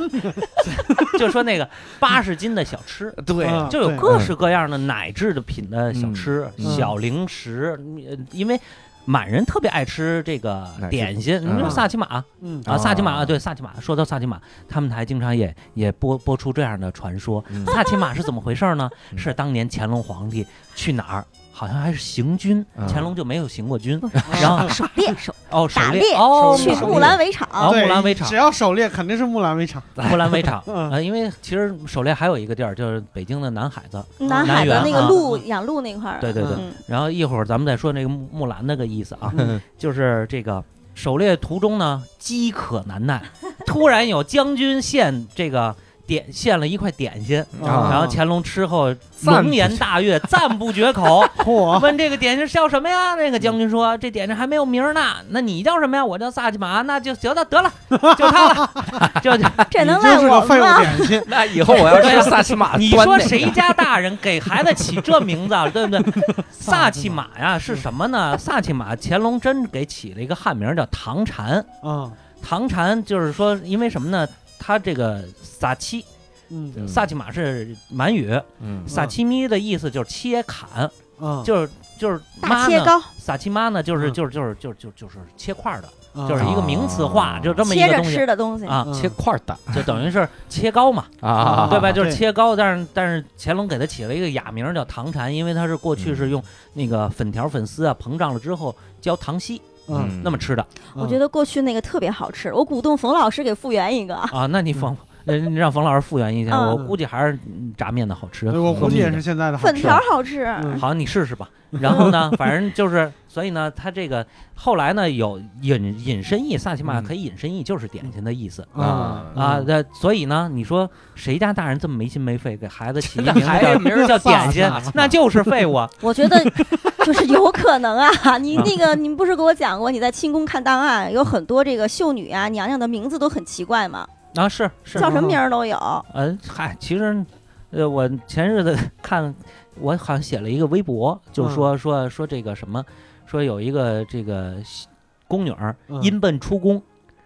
就说那个八十斤的小吃，
对
啊
就有
对
各式各样的奶制的品的小
嗯
吃、
嗯
小零食，呃因为满人特别爱吃这个
奶制
点心，你说
嗯
萨琪玛
嗯
啊，萨琪玛
啊
啊，对萨琪玛。说到萨琪玛，他们台经常也也播播出这样的传说，
嗯
萨琪玛是怎么回事呢？
嗯
是当年乾隆皇帝去哪儿？好像还是行军
嗯，
乾隆就没有行过军。然
手
后
手猎手
哦，手
打
猎
猎
哦，
去
手
打
猎
木兰围场，
啊
对
木兰围场
只要狩猎肯定是木兰围场，
木兰围场
嗯
啊，因为其实手猎还有一个地儿，就是北京的南海子。
南海的
南
那
园
个
啊
鹿养鹿那块儿，
对对对，
嗯
然后一会儿咱们再说那个木木兰那个意思啊，
嗯
就是这个狩猎途中呢，饥渴难耐，突然有将军献这个点献了一块点心，
啊
嗯然后乾隆吃后
赞
龙颜大悦，赞不绝口。
嚯，
问这个点心是叫什么呀？那个将军说：“这点心还没有名儿呢。那你叫什么呀？我叫萨琪玛。那就行了，得了，就他了，就就
这能
你
赖
就是
我啊
个废物
吗？
点心，
那以后我要吃萨琪玛，
你
端
说
那个
谁家大人给孩子起这名字，啊 对不对？萨其马呀是什么呢？萨其马，乾隆真给起了一个汉名叫唐禅。
啊，
唐禅就是说，因为什么呢？他这个萨七
嗯
萨其马是满语，
嗯
萨其咪的意思就是切砍，
啊，
就是就是
大
妈
切
呢，
糕，
萨其妈呢就是
嗯
就是就是就是就是就是切块儿的，
啊
就是一个名词化，
啊
就这么一
切
个
着
东西
吃的东西
啊，
嗯
切块儿的
就等于是切糕嘛。
啊，
对吧？
啊
就是
对
切糕，但是但是乾隆给他起了一个雅名叫糖蟾，因为他是过去是用那个粉条、粉丝啊膨胀了之后浇糖稀
嗯，
那么吃的
我觉得过去那个特别好吃，我鼓动冯老师给复原一个。
啊。那你 冯，人让冯老师复原一下，
嗯
我估计还是嗯炸面的好吃
对，。我估计也是现在的好
粉
吃
啊
条好吃，
嗯
好，你试试吧。然后呢，反正就是，所以呢，他这个后来呢有引引申义，萨琪玛
嗯
可以引申义，就是点心的意思。
啊
啊，
嗯
那所以呢，你说谁家大人这么没心没肺，给孩子 起一
那
名字
还
叫
有名儿
叫点
萨
心
萨，
那就是废物啊。
我觉 得就是有可能啊。你
嗯
那个，你不是给我讲过，你在清宫看档案，有很多这个秀女啊、娘娘的名字都很奇怪嘛，
啊，是是，
叫什么名儿 都有。
嗯，嗨，其实，呃，我前日子看，我好像写了一个微博，就
嗯
说、说说这个什么，说有一个这个宫女儿
嗯
因奔出宫，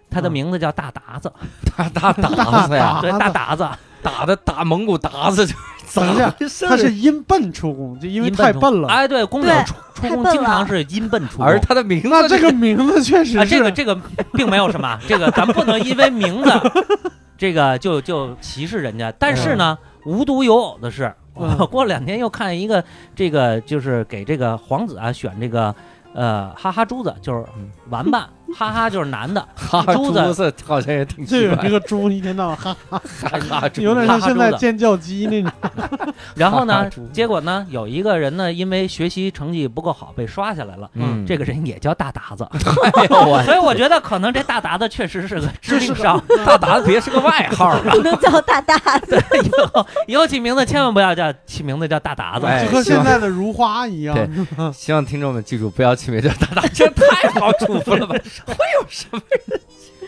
她的
嗯
名字叫大达子，
打打打子呀，
对，
达
大
子
达子，
打的打蒙古达子就
等一 下
回事
他是因笨出宫，就因为太笨了。
哎，对，宫女
对
出
太
出宫
笨
经
了
常是因奔出宫。
而他的名字
那这
就
个名字确实
啊，
是
这个这个并没有什么，这个咱 不能因为名字，这个就就歧视人家。但是呢，无独有偶的是，我
嗯
过两天又看一个，这个就是给这个皇子啊选这个，呃，哈哈珠子就是
嗯
玩 伴，哈哈就是男的，
哈
珠子
子好像也挺
就
奇
有
怪
一，个猪一天到晚哈，
哈哈猪
有点像现
哈哈
在
猪的
尖叫鸡那种。
然后
哈哈
呢
珠，
结果呢，有一个人呢，因为学习成绩不够好被刷下来了。
嗯，
这个人也叫大达子，
哎呦我
所以我觉得可能这大达子确实是个
这
致
是
命
个
伤。
大达子别是个外号啊，
不能叫大大子，
以后 以后起名字千万不要叫起名字叫大达子，
哎
就和现在的如花一样。
啊
希望听众们记住，不要起名叫大大，这太好嘱咐了吧？ 会有什么？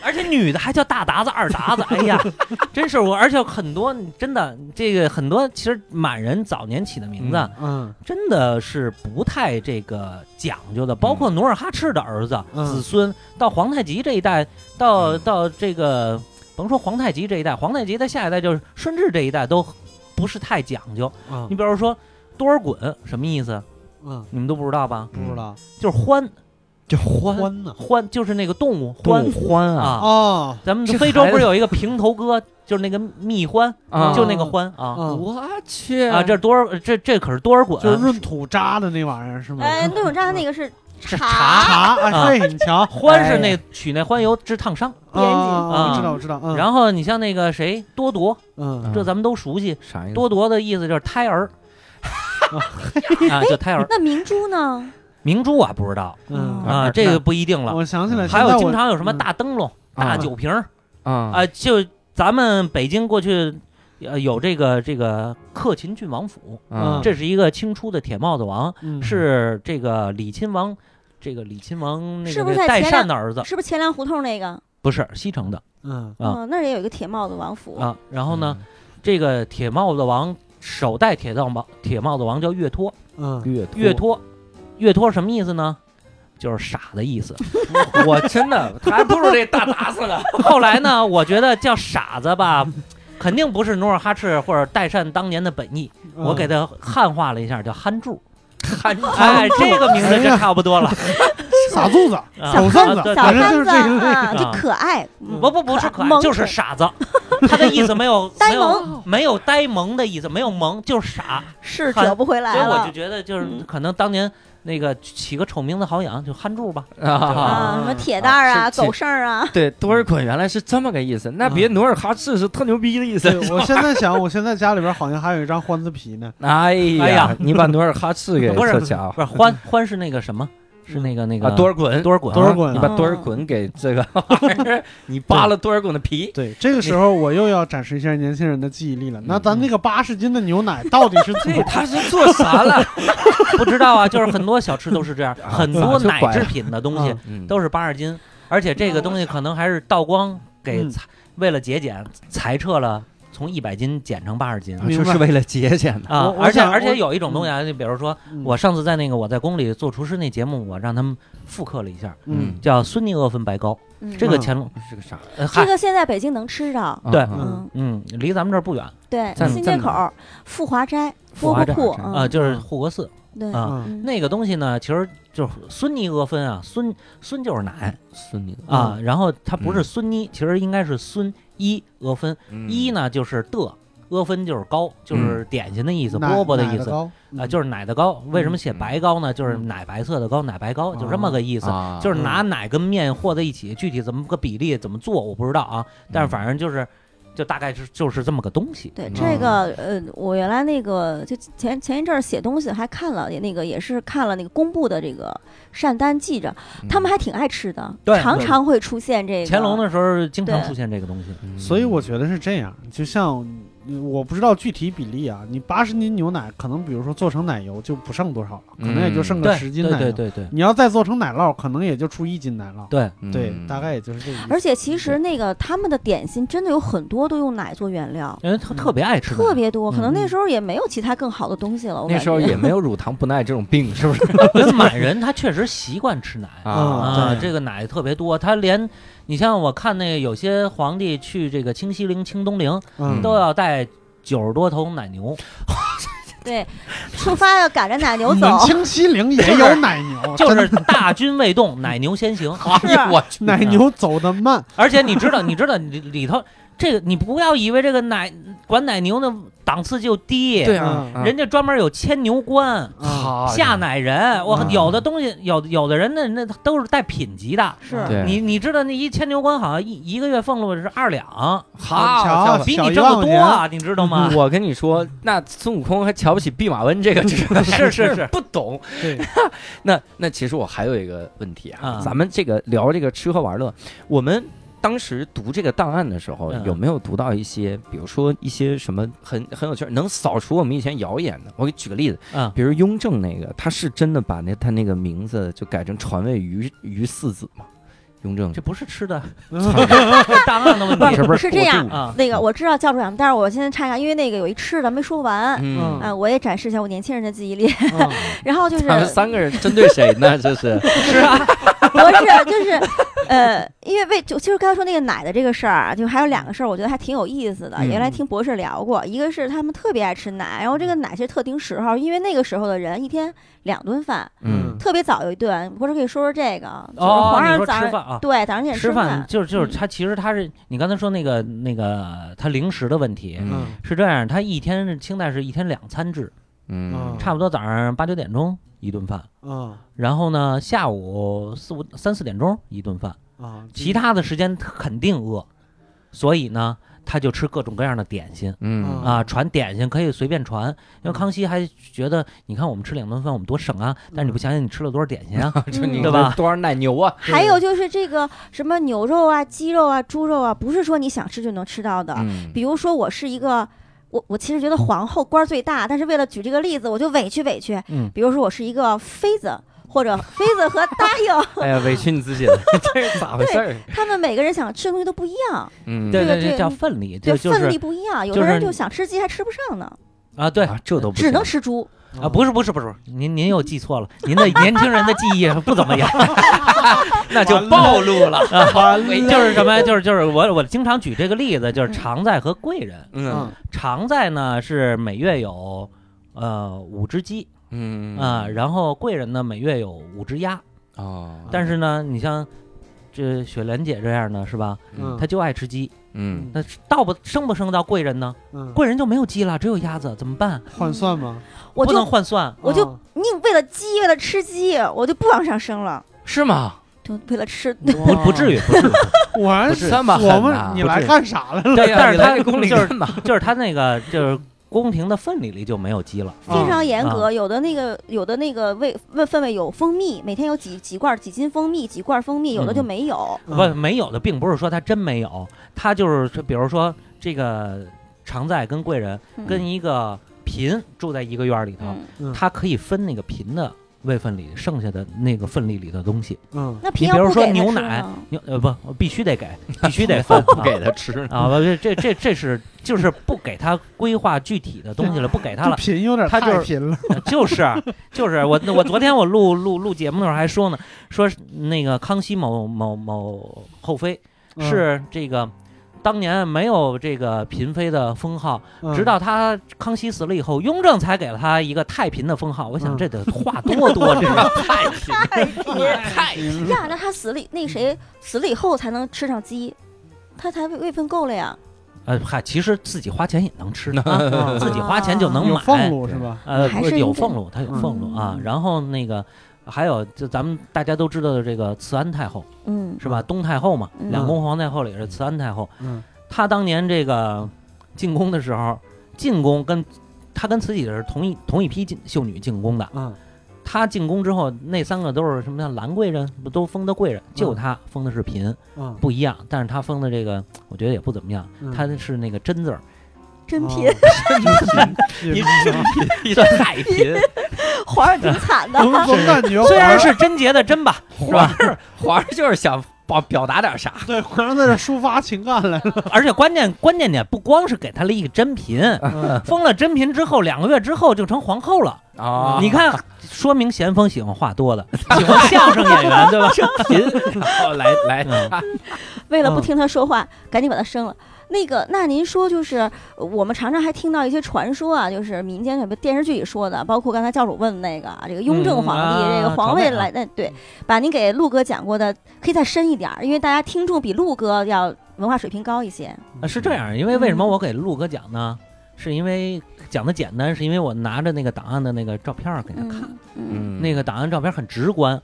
而且女的还叫大达子、二达 子，哎呀，真是我，而且很多真的这个很多，其实满人早年起的名字、
嗯
嗯
真的是不太这个讲究
嗯
的，包括努尔哈赤的儿子、
嗯
子孙，到皇太极这一代，到、
嗯
到这个甭说皇太极这一代，皇太极的下一代就是顺治这一代都不是太讲究。
啊
你比如说多尔衮什么意思，
嗯，
你们都不知道吧？
不知道
就是獾，就獾
欢呢？
獾就是那个动物獾
动欢
啊。
哦，
咱们
这
非洲
孩子
不是有一个平头哥，就是那个蜜獾，
啊
就那个獾啊
嗯，
我去
啊，这多尔这这可是多尔啊衮，
就是闰土渣的那玩意儿是吗？
哎，那种渣那个是
嗯是
茶
茶，
啊
啊，对，你 瞧，
獾是那取那獾油治烫伤。
啊，
啊
我知道我知道，嗯
然后你像那个谁多铎，
嗯，
这咱们都熟悉，
啥意
多铎的意思就是胎儿， 啊，就胎儿。
那明珠呢？
明珠啊，不知道
嗯
啊，这个不一定了。
我想起来，
还
现
有
在我
经常有什么大灯笼、大
啊
酒瓶儿
啊？
啊，就咱们北京过去。呃，有这个这个克勤郡王府，
啊
嗯
这是一个清初的铁帽子王，
嗯
是这个李亲王这个李亲王那
是
个
不是
那个
在
代
前
善
两
的啊儿子，
是不是钱粮胡同那个？
不是西城的
嗯
啊
嗯，那儿也有一个铁帽子王府。
啊。然后
嗯
呢，这个铁帽子王首代铁道王铁帽子王叫岳托，
嗯，
越
岳托，岳托什么意思呢？就是傻的意思。
嗯，我真的，他还不如这 大达斯呢。
后来呢，我觉得叫傻子吧，肯定不是努尔哈赤或者代善当年的本意，
嗯
我
嗯
给他汉化了一下，叫 憨柱。
看
哎，这个名字就差不多
哎
了。
傻柱子，
啊
手
啊
扇子
对，
小
反正
三
就是
子
这一类
啊，
的
就可爱，嗯
不不不是可爱，
萌
就是傻子。他的意思没有
呆
没有
萌
没有呆萌的意思，没有萌就是傻。
是
憨
折不回
所以
来
我就
了
觉得就是
嗯
可能当年那个起个丑名字好养，就憨柱吧。
啊，
啊，什么铁蛋儿
啊
啊，
是
狗剩儿啊，
对，多尔衮原来是这么个意思，那别努尔哈赤是特牛逼的意思。
对，我现在想，我现在家里边好像还有一张欢子皮呢。
哎
哎呀
呀，你把努尔哈赤 给
不是
凑巧
不是欢欢是那个什么？是那个那个
啊，多尔衮，
多尔衮啊
多尔衮
你把多尔衮给这个玩意儿， 你扒了多尔衮的 皮，
对，这个时候我又要展示一下年轻人的记忆力
嗯
了。那咱那个八十斤的牛奶到底是怎
对，
么？
啊
他是做啥了？
不知道啊，就是很多小吃都是这样，
啊
很多
早就
奶
拐
制
了
品的东西
嗯
嗯
都是八十斤，而且这个东西可能还是道光给
嗯
裁为了节俭裁撤了，从一百斤减成八十斤
明
啊就
白
是为了节俭的。
嗯
啊
我！我
而且
想
而且
我嗯
有一种东西啊，就比如说我上次在那个我在宫里做厨师那节目，我让他们复刻了一下，
嗯，
叫孙尼厄芬白糕，
嗯
这个
嗯
乾隆
是个啥？
这
呃嗨
个现在北京能吃着，
对
啊
嗯，
嗯，离咱们这儿不远
对，
在
新
在
街
哪
口儿富华斋、
富
波
华
波
斋
铺
啊
啊，
嗯
就是护国寺
对，
嗯
啊
嗯
那个东西呢，其实就是孙尼厄芬啊，孙孙就是奶。
孙女
嗯
啊，然后它不是
嗯
孙妮，其实应该是孙一阿芬。一？呢就是的，阿芬就是糕，就是
嗯
点心的意思，
奶
饽饽的
奶
意思
糕嗯
啊，就是奶的糕。为什么写白糕呢？就是奶白色的糕，奶白糕就这么个意思。
嗯啊
就是拿奶跟面和在一起，具体怎么个比例怎么做我不知道啊，但是
嗯
反正就是，就大概是就是这么个东西。
对
嗯
这个，呃，我原来那个就前前一阵儿写东西还看了，也那个也是看了那个工部的这个膳单记着，他们还挺爱吃的，
嗯对
常
对
常会出现这个。
乾隆的时候经常
对
出现这个东西，
嗯，
所以我觉得是这样，就像嗯我不知道具体比例啊，你八十斤牛奶可能比如说做成奶油就不剩多少了，可能也就剩
嗯
个
对
十斤
对
奶
对
油。
对对
你要再做成奶酪，可能也就出一斤奶酪。
对，
嗯
对，大概也就是这个意思。
而且其实那个他们的点心真的有很多都用奶做原料，
因为他特别爱吃奶，
特别多。可能那
嗯
时候也没有其他更好的东西了，我
那
感
时候
觉
也没有乳糖不耐这种病，是不是？
因为满人他确实习惯吃奶
啊，
啊，
对
这个奶特别多，他连你像我看那个有些皇帝去这个清西陵、清东陵
嗯，
都要带九十多头奶牛，
对，出发要赶着奶牛
你
走
们，清西陵也有奶牛，
就
啊真
是
的
大军未动，奶牛先行。
哎呀， 我去，
奶牛走得慢。
而且你知道，你知道里里头这个，你不要以为这个奶管奶牛的档次就低，嗯
对啊，
嗯
啊
人家专门有牵牛官。
啊，
好
下奶人，我
嗯
有的东西，有有的人那那都是带品级的。
是
对
你你知道那一牵牛官好像一一个月俸禄是二两，
好
瞧
家伙。
比
小
你
一
挣
万
的
块
多
钱
啊，你知道吗？
嗯我跟你说，那孙悟空还瞧不起弼马温这个，真的
是是是
不懂。
对，
那那其实我还有一个问题啊，
嗯
咱们这个聊这个吃喝玩乐，我们当时读这个档案的时候，
嗯
有没有读到一些，比如说一些什么很很有趣儿，能扫除我们以前谣言的？我给举个例子，
嗯，
比如雍正那个，他是真的把那他那个名字就改成传位于于四子吗？雍正
这不是吃 的，
嗯
这
档案的问题
不
是这样
啊？
啊。
那个我知道教主讲，但是我现在插一下，因为那个有一吃的没说完。
嗯，
啊，我也展示一下我年轻人的记忆力。
嗯
然后就是
咱们三个人针对谁呢？这是
不是，就是，呃，因为为就就是刚才说那个奶的这个事儿啊，就还有两个事儿，我觉得还挺有意思的。
嗯
原来听博士聊过，一个是他们特别爱吃奶，然后这个奶其实特定时候，因为那个时候的人一天两顿饭，
嗯
特别早有一顿。博士可以说说这个， 啊就是
哦，
皇
你
上
说
早
吃
上、
饭啊？
对早上几点
吃饭啊
饭？
就是就是
嗯
他，其实他是你刚才说那个那个他零食的问题
嗯
是这样，他一天是清代是一天两餐制，
啊
嗯，
差不多早上八九点钟一顿饭，
嗯
然后呢下午四五三四点钟一顿饭，
啊，
其他的时间他肯定饿，所以呢他就吃各种各样的点心。
嗯
啊，传点心可以随便传，因
嗯
为康熙还觉得，你看我们吃两顿饭，我们多省啊！但是你不想想，你吃了多少点心啊？
就你
嗯
对吧
这多少奶牛啊？
还有就是这个什么牛肉啊、鸡肉啊、猪肉啊，不是说你想吃就能吃到的。
嗯
比如说我是一个，我我其实觉得皇后官儿最大，但是为了举这个例子，我就委屈委屈。
嗯
比如说我是一个妃子，或者妃子和答应，
哎 呀，委屈你自己了，这是咋回事儿？
他们每个人想吃的东西都不一样，
嗯，
对
这个
对，
这
这
个
叫奋力，
对，
就就
分力
是
不一样，有
就
的人
是
就想吃鸡还吃不上呢，
啊，
哎
对
啊，这都不
只能
行
吃猪。
啊，不是不是不是，您您又记错了，您的年轻人的记忆不怎么 样，那就暴露了。啊
完了
就是什么呀？就是就是我我经常举这个例子，就是常在和贵人。
嗯
嗯
常在呢是每月有呃五只鸡
嗯
啊、然后贵人呢每月有五只鸭。
哦，
但是呢，你像这雪莲姐这样呢，是吧？
嗯
她就爱吃鸡，
嗯
那到不升不升到贵人呢？
嗯，
贵人就没有鸡了，只有鸭子，怎么办？
换算吗？
嗯我
不能
就
换算。
我就
啊
你为了鸡，为了吃鸡，我就不往上升
嗯
了，
是吗？
就为了吃。
不不至于，不 至于，
我还
不
是
是三把
琢
狠
磨
呐
你
不
来
是
干啥来了？
但但 是
他
他
宫里
就是
干嘛？
就是他那个就是宫廷的份礼里就没有鸡了。
非常严
啊
格，有的那个有的那个味味氛围有蜂蜜，每天有几几罐几斤蜂蜜，几罐蜂蜜，有的就
嗯
没有。
不，没有的，并不是说他真没有，他就是说比如说这个常在跟贵人
嗯
跟一个贫住在一个院儿里头，
嗯，
他可以分那个贫的位分里剩下的那个份里里的东西。
嗯
那平
比
遥
如
不
说
给他
牛
吃
奶
吗
你呃不，必须 得给，必须得分
饭不
啊
给他 吃，
啊！不这这这这是就是不给他规划具体的东西了，不给他
这
了，
贫有点
他就
太
是
贫了。
就是啊就是我我昨天我录录录节目的时候还说呢，说是那个康熙某某某后妃
嗯
是这个。当年没有这个嫔妃的封号，
嗯
直到他康熙死了以后，雍正才给了他一个太嫔的封号。我
嗯
想这得话 多多这个太嫔， 太
贫了
呀，那他死了以，那谁死了以后才能吃上鸡，他才位分够了呀。
呃，嗨，其实自己花钱也 能吃呢，啊
嗯
自己花钱就能
有俸
买。
禄是吧？
呃，
还
不
是
有
应该
俸禄，它有俸禄啊
嗯。
然后那个还有，就咱们大家都知道的这个慈安太后
嗯，
是吧？东太后嘛，
嗯
两宫皇太后里是慈安太后。
嗯
她当年这个进宫的时候，进宫跟她跟慈禧是同一同一批进秀女进宫的。
嗯
她进宫之后，那三个都是什么叫兰贵人，不都封的贵人，就她封的是嫔，
嗯，
不一样。但是她封的这个，我觉得也不怎么样，
嗯
她是那个真字儿。
真
哦
贫，
真贫，
你
贫啊
这太贫，
皇上挺惨的。
总总感 觉
虽然是贞洁的贞吧， 是
皇
吧？
上皇上就是想表表达点啥，
对皇上在这抒发情感来 了，
而且关键关键点不光是给她了一个真嫔，
嗯
封了真嫔之后，两个月之后就成皇后了。
啊
你看，说明咸丰喜欢话多的，喜欢相声演员， 对吧？
贫，然后来来
嗯
他
为了不
嗯
听他说话，赶紧把他升了。那个，那您说就是呃我们常常还听到一些传说啊，就是民间什么电视剧里说的，包括刚才教主问的那个啊，这个雍正
嗯
皇帝、
啊
这个皇
朝
位
代啊
来，那、对，把您给陆哥讲过的可以再深一点儿，因为大家听众比陆哥要文化水平高一些。
啊是这样，因为为什么我给陆哥讲呢？是因为讲的简单，是因为我拿着那个档案的那个照片儿给他看，
嗯嗯
嗯
那个档案照片很直观，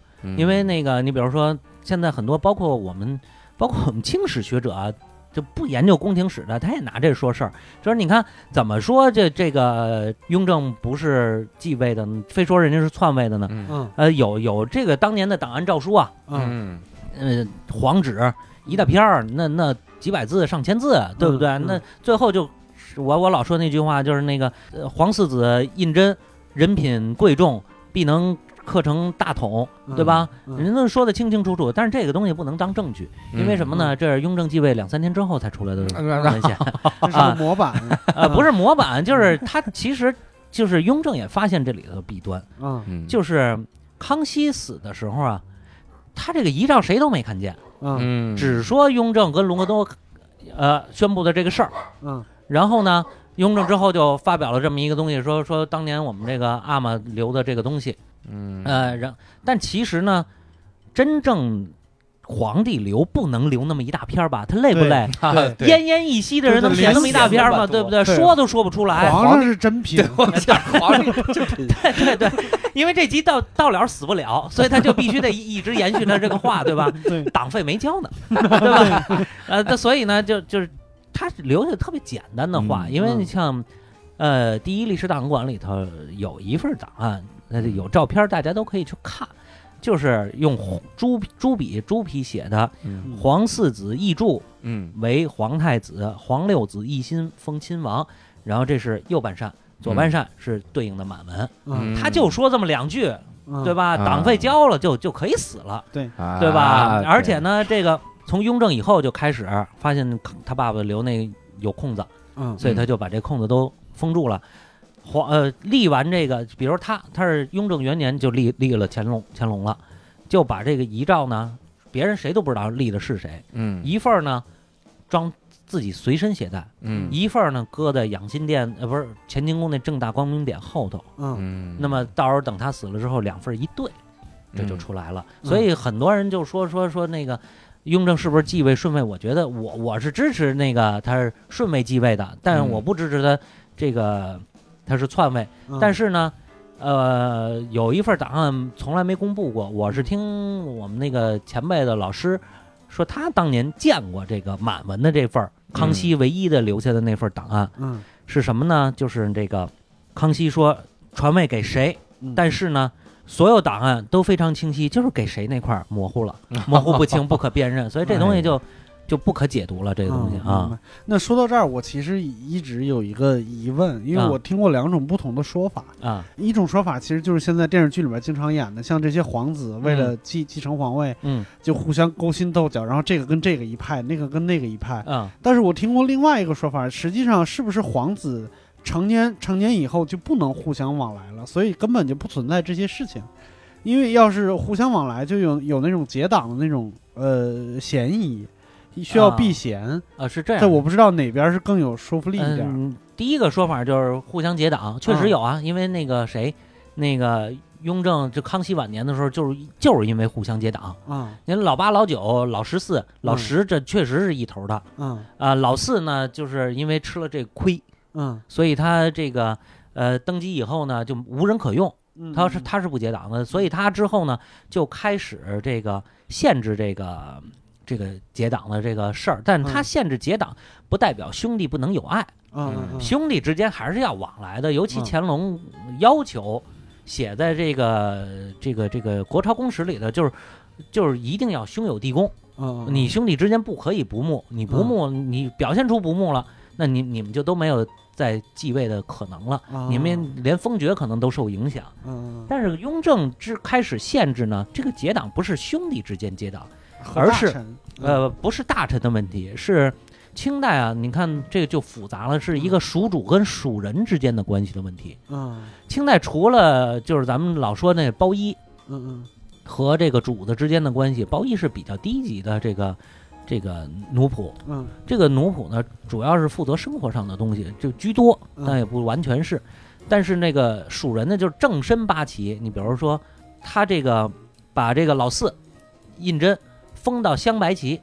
嗯
因为那个你比如说现在很多包括我们包括我们清史学者啊，就不研究宫廷史的，他也拿这说事儿，就是你看怎么说这这个雍正不是继位的，非说人家是篡位的呢？
嗯
嗯
呃，有有这个当年的档案诏书啊，
嗯
嗯
呃，黄纸一大篇儿，那那几百字上千字，对不对？
嗯
那最后就我我老说那句话就是那个、呃、皇四子胤禛，人品贵重，必能刻成大统，对吧？
嗯
人家都说的清清楚楚，但是这个东西不能当证据，因为什么
嗯
呢？这是雍正继位两三天之后才出来的
嗯
文献，
这是个模板
呃，不是模板，就是他其实就是雍正也发现这里头的弊端，
嗯
嗯
就是康熙死的时候啊，他这个遗诏谁都没看见，
嗯
嗯
只说雍正跟隆科多，呃，宣布的这个事儿。
嗯
然后呢，雍正之后就发表了这么一个东西，说说当年我们这个阿玛留的这个东西，
嗯
呃，然但其实呢，真正皇帝留不能留那么一大篇儿吧？他累不
对
累？
啊
对
对
奄奄一息的人
对
能写那么一大篇儿吗？
连写
对
都
不
不
对？
对
说都说不出来。
皇上是真贫，
我想皇上就贫，
对对，因为这集到到了死不了，所以他就必须得一一直延续他这个话，对吧？
对，
党费 没交呢，对吧？呃，那所以呢，就就是他留下特别简单的话，
嗯
因为
嗯
你像，呃，第一历史档案馆里头有一份档案，那就有照片，大家都可以去看，就是用红朱朱笔朱笔写的
嗯
“皇四子奕柱
嗯
为皇太子，皇六子奕欣封亲王”，然后这是右半扇，左半扇是对应的满文。
嗯
他就说这么两句，
嗯
对？
啊
吧？党费交了就就可以死了，
啊
对吧？而且
对
呢，这个从雍正以后就开始发现他爸爸留那有空子，
嗯，
所以他就把这空子都封住了。皇呃立完这个，比如他他是雍正元年就立立了乾隆乾隆了，就把这个遗诏呢，别人谁都不知道立的是谁，
嗯
一份儿呢装自己随身携带，
嗯
一份儿呢搁在养心殿呃不是乾清宫那正大光明匾后头。
嗯
嗯，
那么到时候等他死了之后，两份儿一对，这就
嗯
出来了。所以很多人就说说说那个雍正是不是继位顺位？我觉得我我是支持那个他是顺位继位的，但是
嗯
我不支持他这个他是篡位。
嗯，
但
是
是呢，呃，有一份档案从来没公布过，我
嗯
是听我们那个前辈的老师说，他当年见过这个满文的这份儿康
嗯
熙唯一的留下的那份档案。
嗯
是什么呢？就是这个康熙说传位给谁
嗯，
但是呢，所有档案都非常清晰，就是给谁那块儿模 糊了，模糊不清，不可辨认，所以这东西就就不可解读了，这个东西
哎嗯明
啊
白，那说到这儿，我其实一直有一个疑问，因为
啊
我听过两种不同的说法。
啊，
一种说法其实就是现在电视剧里面经常演的，像这些皇子为了继继承皇位，
嗯
就互相勾心斗角，然后这个跟这个一派，那个跟那个一派。
嗯
但是我听过另外一个说法，实际上是不是皇子成年成年以后就不能互相往来了，所以根本就不存在这些事情。因为要是互相往来，就有有那种结党的那种呃嫌疑，需要
啊
避嫌。
啊，是这样
但。我不知道哪边是更有说服力一点。嗯
嗯，第一个说法就是互相结党，确实有啊，因为那个谁，那个雍正就康熙晚年的时候，就是就是因为互相结党。
啊
您老八、老九、老十四、老
嗯
十，这确实是一头的
嗯
啊。老四呢，就是因为吃了这亏，
嗯
所以他这个呃登基以后呢，就无人可用，
嗯，
他是他是不结党的，所以他之后呢就开始这个限制这个这个结党的这个事儿，但他
嗯
限制结党不代表兄弟不能有爱，
嗯嗯
兄弟之间还是要往来的，尤其
嗯
乾隆要求写在这个这个这个国朝公史里的就是。就是一定要兄友弟恭，
嗯嗯
你兄弟之间不可以不睦，你不睦，你表现出不睦了，那你你们就都没有再继位的可能了。
啊
你们连封爵可能都受影响。
嗯，
但是雍正之开始限制呢，这个结党不是兄弟之间结党，
和
而
大
是
臣
呃，不是大臣的问题，是清代啊，你看这个就复杂了，是一个属主跟属人之间的关系的问题。
嗯
清代除了就是咱们老说那包衣
嗯嗯
和这个主子之间的关系，包衣是比较低级的这个这个奴仆，
嗯
这个奴仆呢，主要是负责生活上的东西，就居多，
嗯
但也不完全是。但是那个蜀人呢，就是正身八旗。你比如说，他这个把这个老四胤禛封到镶白旗，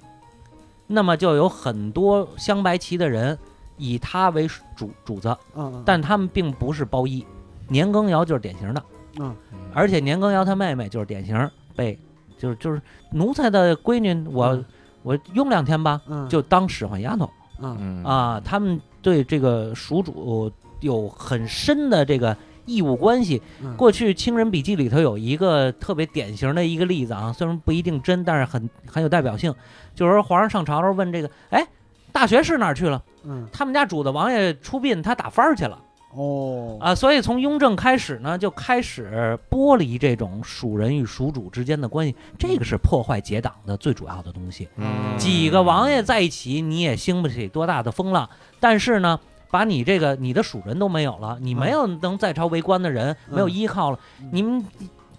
那么就有很多镶白旗的人以他为主主子，
嗯，
但他们并不是包衣。年羹尧就是典型的，
嗯
而且年羹尧他妹妹就是典型被就是就是奴才的闺女，我、
嗯
我用两天吧，
嗯
就当使唤丫头。
嗯
嗯
啊，他们对这个属主有很深的这个义务关系。
嗯
过去《清人笔记》里头有一个特别典型的一个例子啊，虽然不一定真，但是很很有代表性。就是说皇上上朝的时候问这个，哎，大学士哪儿去了？
嗯
他们家主子王爷出殡，他打幡儿去了
哦
啊。所以从雍正开始呢，就开始剥离这种属人与属主之间的关系，这个是破坏结党的最主要的东西。
嗯
几个王爷在一起，你也兴不起多大的风浪。但是呢，把你这个你的属人都没有了，你没有能在朝为官的人，
嗯
没有依靠了
嗯，
你们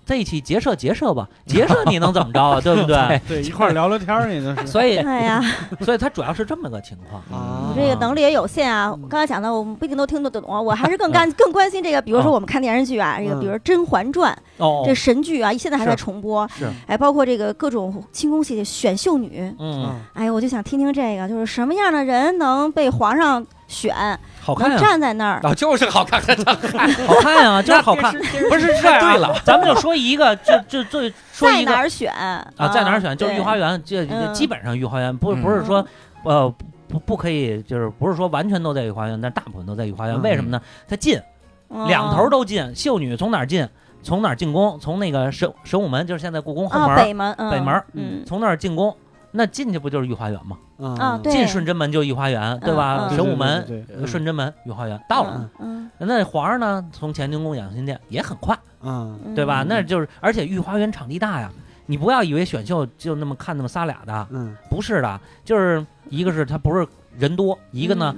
在一起结社结社吧，结 社你能怎么着啊？对不对？
对一块儿聊聊天儿也就是
所以，
哎 呀，
所以他主要是这么个情况。
啊
我这个能力也有限啊。
嗯
我刚才讲的，我们不一定都听得懂。啊我还是更关更关心这个，比 如说我们看电视剧啊，这个
嗯
比如《甄嬛传》
嗯哦
这，神剧啊，现在还在
是
重播，
是，
哎，包括这个各种清宫戏的选秀女，
嗯，
啊
哎，我就想听听这个，就是什么样的人能被皇上选，
好看
能
啊，
站在那儿。
哦
啊，就是好看，
好看 啊，就是好看。不是这样啊
对了，
咱们就说一个，就就就说
在
一个
哪儿选啊
啊，在哪儿选？就是
对
御花园，这
嗯
基本上御花园，不不
嗯
是说呃不不可以，就是不是说完全都在御花园，但大部分都在御花园。
嗯
为什么呢？它近，
嗯
两头都近。秀女从哪儿进？从哪儿进宫？从那个神神武门，就是现在故宫后
啊，
门，
北门，嗯
北门，
嗯，
从那儿进宫。那进去不就是御花园吗？
啊
啊对
进嗯顺贞门就御花园，对吧？
嗯
对
玄武
对
门、
对对
呃顺贞门、御花园到了。
嗯，
那皇上呢，从乾清宫养心殿也很快，
啊
嗯，
对吧？
嗯
那就是，而且御花园场地大呀。你不要以为选秀就那么看那么仨俩的，
嗯
不是的，就是一个是它不是人多，一个
嗯
呢，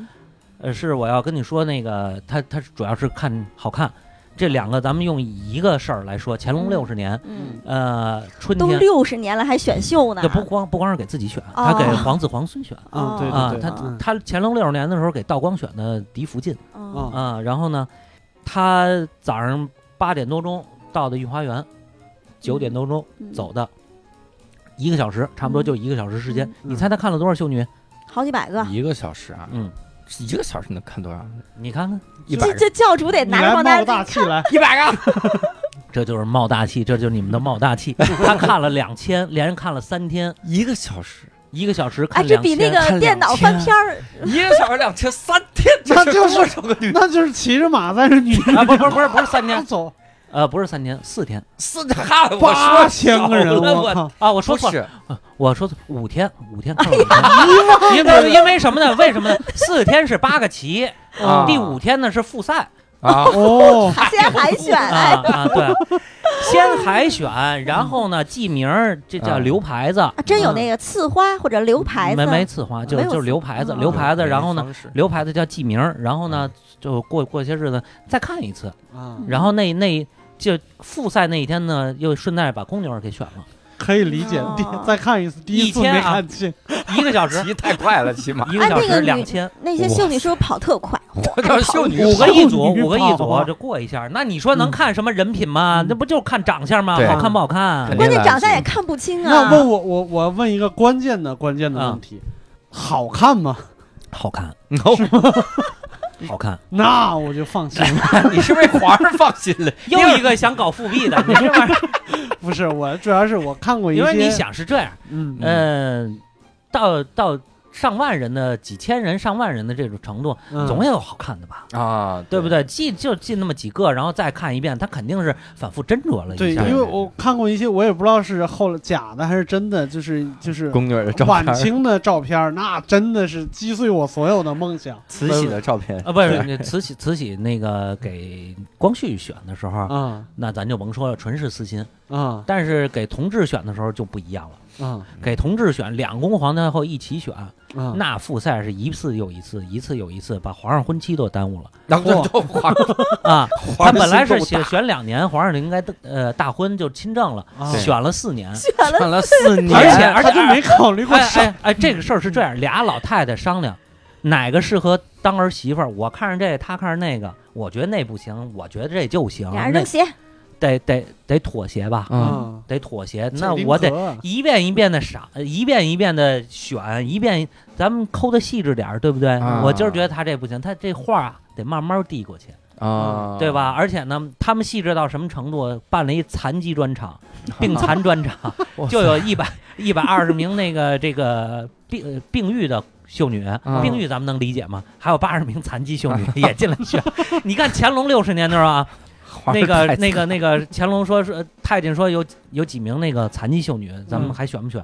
呃，是我要跟你说那个，它它主要是看好看。这两个咱们用一个事儿来说，乾隆
嗯
六十年，
嗯，
呃，春
嗯，都
天
六十年了还选秀呢
就，不光不光是给自己选，
哦
他给皇子皇孙选。
啊，对
啊
对，对，
他
嗯
他乾隆六十年的时候给道光选的嫡福晋
哦
啊，然后呢，他早上八点多钟到的御花园，九点多钟
嗯
走的，一个小时，差不多
嗯
就一个小时时间。
嗯
你猜他看了多少秀女？
好几百个，
一个小时啊，
嗯，
一个小时能看多少？
你看看，
一百
这
个
这教主得
你
拿
来
着
冒
放
个
大
大
镜
气来，
一百个，
这就是冒大气，这就是你们的冒大气。他看了两千，连着看了三天，
一个小时，
一个小时
哎，
看
这
两
比那
千。
看
个电脑翻
2000
篇儿
一个小时两千三天，
那
这
就是
多少个女？
那就是骑着马在这女人
啊，不是不是不是不是三
哎
天，
走
呃，不是三天，四天
四哈，我
八
说
千
少
个人，
了
我靠，
啊！我说
不
错了，
是，
我说错五天，五天
哎
看了五天，因为因为什么呢？为什么呢？四天是八个棋，
啊
第五天呢是复赛
啊，
哦，
还先海 选，
啊
哎，
啊，对，先海选，然后呢记名儿，这叫
啊
留牌子，
啊真有那个刺花或者留牌子，
嗯没没刺花，就
没有
就是
刺
留牌子，
啊
留牌子，然后呢
方式？
留牌子叫记名儿，然后呢就过过些日子再看一次，
啊，
然后那那就复赛那一天呢，又顺带把宫女儿给选 了，
可以理解。
哦
第再看一次，第一次
一天
没
啊
看清，
一个小时，
骑太快了，骑马
一个小
哎那个
时
女
两千。
那些秀女是不是跑特快？
这是秀女
五个一组，
少女
五个一
跑啊
组就过一下。那你说能
嗯
看什么人品吗？
嗯
那不就看长相吗？
对
好看不好看
肯？定
关键
的
长相也看不清
那
啊。
问我我我问一个关键的关键的
啊
问题，好看吗？
好看，
，no，
好看。
那我就放 心了。
你是为皇上放心了，
又一个想搞复 辟的，你这玩意儿，
不是我，主要是我看过一
因
些，
为你，想是这样，
嗯
嗯，到到上万人的、几千人、上万人的这种程度，
嗯，
总也有好看的吧？
啊，
对不？对？记就记那么几个，然后再看一遍，他肯定是反复斟酌了
对，
一下。
因为我看过一些，我也不知道是后来假的还是真的，就是就是
宫女儿的照
晚
片，
清的照片儿，那真的是击碎我所有的梦想
慈禧的照片，
啊，不是那慈禧，慈禧那个给光绪选的时候，
啊
那咱就甭说了，纯是私心。
啊
但是给同志选的时候就不一样了，
啊
给同志选两宫皇太后一起选，
啊！
那复赛是一次又一次，一次又一次，把皇上婚期都耽误了
然后就皇
啊！
皇
他
上
本来是
心
选
动
选两年，皇上应该呃大婚就亲政了，
啊
选了四 年，
选了
大，了四年，
而且
他就没考虑过
哎
上
哎哎，这个事儿是这样，俩老太太商量，哪个适合当儿媳妇儿？我看上这，他看上那个，我觉得那不行，我觉得这就行，
俩人
那啊
扔鞋，
得得得妥协吧，
嗯，
得妥协。
这
啊那
啊林
我得
格啊
一遍一遍的傻，一遍一遍的选，一遍咱们抠的细致点儿，对不对？
啊
我今儿觉得他这不行，他这话啊得慢慢递过去，
啊，
对吧？？而且呢，他们细致到什么程度？办了一残疾专场、病残专场，
哇塞
就有一百一百二十名那个这个病呃病愈的。秀女
啊，
病愈咱们能理解吗？还有八十名残疾秀女也进来选。 你看乾隆六十年的时候啊，
皇
那
上
个
太
那个那个乾隆说说太监说有有几名那个残疾秀女，咱
嗯
们还选不选？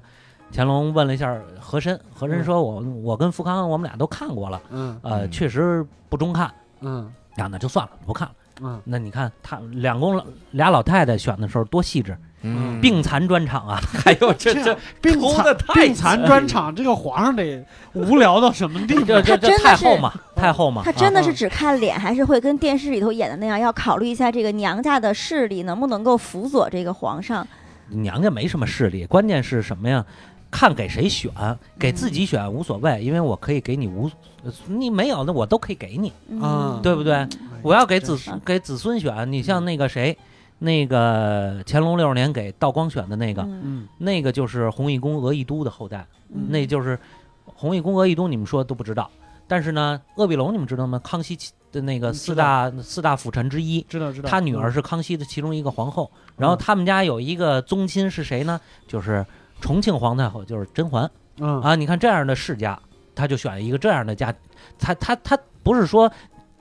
乾隆问了一下和珅，和
嗯
珅说我我跟福康我们俩都看过了，
嗯
呃，
嗯
确实不中看，
嗯
那那就算了，不看了。
嗯
那你看他两公老俩老太太选的时候多细致，
嗯
病残专场啊，
还有这
这
这
样病
抠
残
的太
病残专场，啊这个皇上得无聊到什么地步
这？这
真
这
的
太
是
后嘛，太后嘛
他，真的
啊
是只看脸，还是会跟电视里头演的那样，要考虑一下这个娘家的势力能不能够辅佐这个皇上。
娘家没什么势力，关键是什么呀？看给谁选，给自己选无所谓，因为我可以给你无，呃你没有那我都可以给你。
啊
嗯，
对不对？我要给子
真是
给子孙选，你像那个谁，那个乾隆六十年给道光选的那个，
嗯
嗯
那个就是弘毅公额亦都的后代，
嗯
那就是弘毅公额亦都，你们说都不知道。但是呢，鄂必龙你们知道吗？康熙其的那个
嗯知
四
道
大四大辅臣之一，
知道知嗯道，
他女儿
嗯
是康熙的其中一个皇后。然后他们家有一个宗亲是谁呢？就是重庆皇太后，就是甄嬛。
嗯
啊，你看这样的世家，他就选一个这样的家，他他他不是说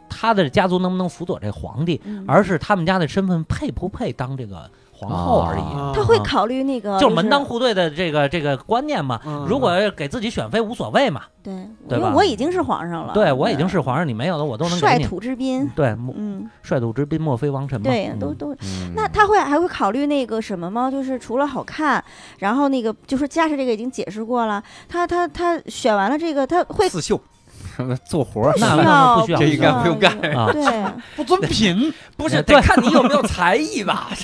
他的家族能不能辅佐这皇帝，
嗯
而是他们家的身份配不配当这个皇后而已。
啊
他会考虑那个，
就是门当户对的这个这个观念嘛，
嗯
如果要给自己选妃无所谓嘛，
对，
对
因为
吧
我已经是皇
嗯
上了，
对我已经是皇上，你没有的我都能给
率
你。
土之滨，
对，
嗯，
率土之滨，莫非王臣嘛。
对，
嗯
都都。
嗯
那他会还会考虑那个什么吗？就是除了好看，然后那个就是家世这个已经解释过了，他他他选完了这个，他会
刺绣做活儿
那
需
那
要
不需要
这应该不用干
啊
对，
不尊贫，
不是
对
得看你有没有才艺吧？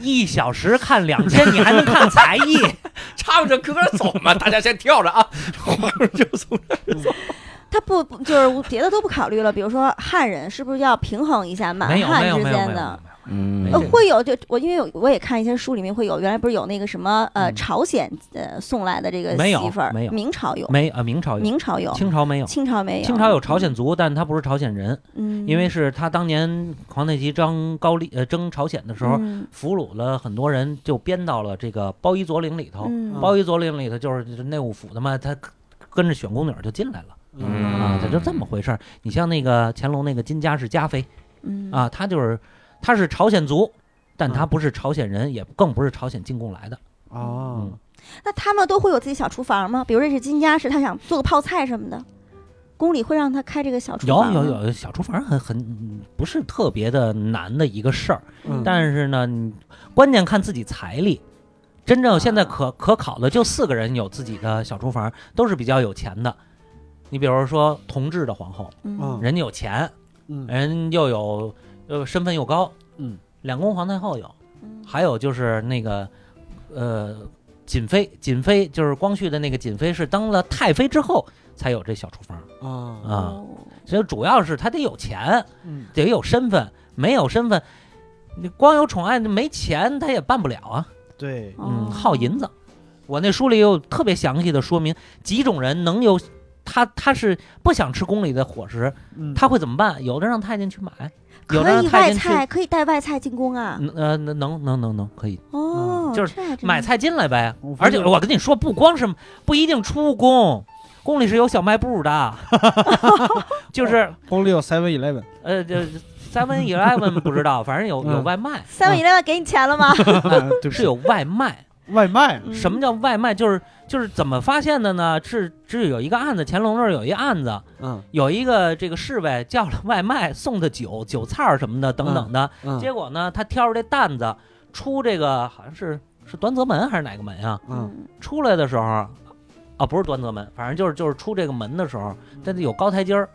一小时看两千，你还能看才艺？
唱着歌走 嘛，大家先跳着啊，皇上就从
他不不就是别的都不考虑了，比如说汉人是不是要平衡一下
没
满
有，没
汉
有，
之
没有，没
间
有没有
的？。
嗯
呃
这，个
会有，就我因为有我也看一些书，里面会有，原来不是有那个什么呃
嗯
朝鲜呃送来的这个
没有
媳妇儿
没有，
明朝有，
没啊，明朝有，
明朝有，
清朝没有。
清朝没有，
清朝有朝鲜族，但他不是朝鲜人，
嗯，嗯，
因为是他当年皇太极征高丽呃征朝鲜的时候，
嗯
俘虏了很多人，就编到了这个包衣左领里头。
嗯
包衣左领里头就是内务府的嘛，他跟着选宫女儿就进来了
嗯
啊，他就这么回事儿。你像那个乾隆那个金家是家妃
嗯
啊，他就是他是朝鲜族，但他
嗯
不是朝鲜人，也更不是朝鲜进贡来的。
啊
嗯，
那他们都会有自己小厨房吗？比如认识金家时，他想做个泡菜什么的，宫里会让他开这个小厨
有
房。
有，有，小厨房很很嗯不是特别的难的一个事儿，
嗯
但是呢，你关键看自己财力。真正现在
啊
可可考的就四个人有自己的小厨房，都是比较有钱的。你比如说同治的皇后，
嗯
嗯
人家有钱，
嗯
人又有呃身份又高，
嗯，
两宫皇太后有，
嗯
还有就是那个呃瑾妃，瑾妃就是光绪的那个瑾妃是当了太妃之后才有这小厨房
啊
啊，
哦
所以主要是她得有钱，
嗯
得有身份，没有身份，你光有宠爱没钱她也办不了啊，
对
嗯，
哦
耗银子。我那书里有特别详细的说明几种人能有。他他是不想吃宫里的伙食，
嗯
他会怎么办？有的让太监去买，
可
有的让
以
太
外
监去
菜，可以带外菜进宫啊。
嗯呃，能能能能可以
哦，
就是
这还真
买菜进来呗
我。发
而
现
且我跟你说，不光是不一定出宫，宫里是有小卖部的， 就是
宫里有 Seven Eleven，
呃，就 Seven Eleven 啊不知道，反正有有
嗯
外卖，
三 e 一 e 给你钱了吗？
对不
是
起
有外卖。
外卖啊
嗯
什么叫外卖？就是就是怎么发现的呢？是是有一个案子，乾隆那儿有一案子，
嗯
有一个这个侍卫叫了外卖，送的酒、酒菜儿什么的等等的。
嗯
结果呢，他挑着这担子出这个好像是是端泽门还是哪个门啊？
嗯
出来的时候，啊，不是端泽门，反正就是就是出这个门的时候，
嗯
它有高台阶儿，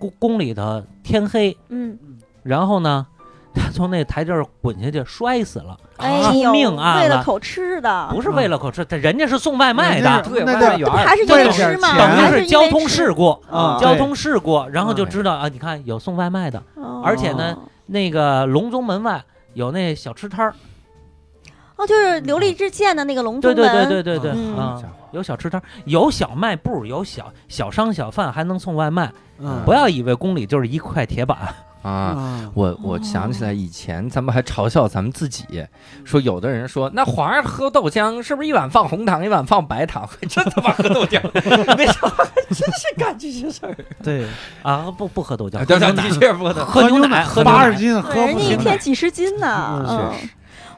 宫宫里头天黑，
嗯，
然后呢，他从那台阶儿滚下去摔死了，
哎呦，
出啊命案
为了
了
口吃的，
不是为了口吃，他人家是送外卖的，
对
那
外卖
叫
员
不
儿
还是因
为
为哎
了
吃哦
点
吗？
钱
等
还
于
啊是
是交通事故，嗯
啊
交通事故，然后就
对
知道啊，你看有送外卖的，
故，哦
而且呢，那个隆宗门外有那小吃摊儿，
哦，就是琉璃之剑的那个龙
对
中
对对
门，
对对对，
嗯
啊
家伙，
有小吃摊儿，有小卖部，有小小商小贩，还能送外卖。
嗯
不要以为宫里就是一块铁板，
啊。
嗯
啊
我我想起来以前咱们还嘲笑咱们自己，说有的人说那皇上喝豆浆是不是一碗放红糖一碗放白糖？ 真他妈喝豆浆，为什么还真是干这些事儿？
对
啊，不不喝豆浆，
豆
喝
浆
牛奶
的确不喝。
喝牛奶，喝牛
八十
奶。
斤喝
人
不
家一
行
天几十斤呢
嗯，
嗯。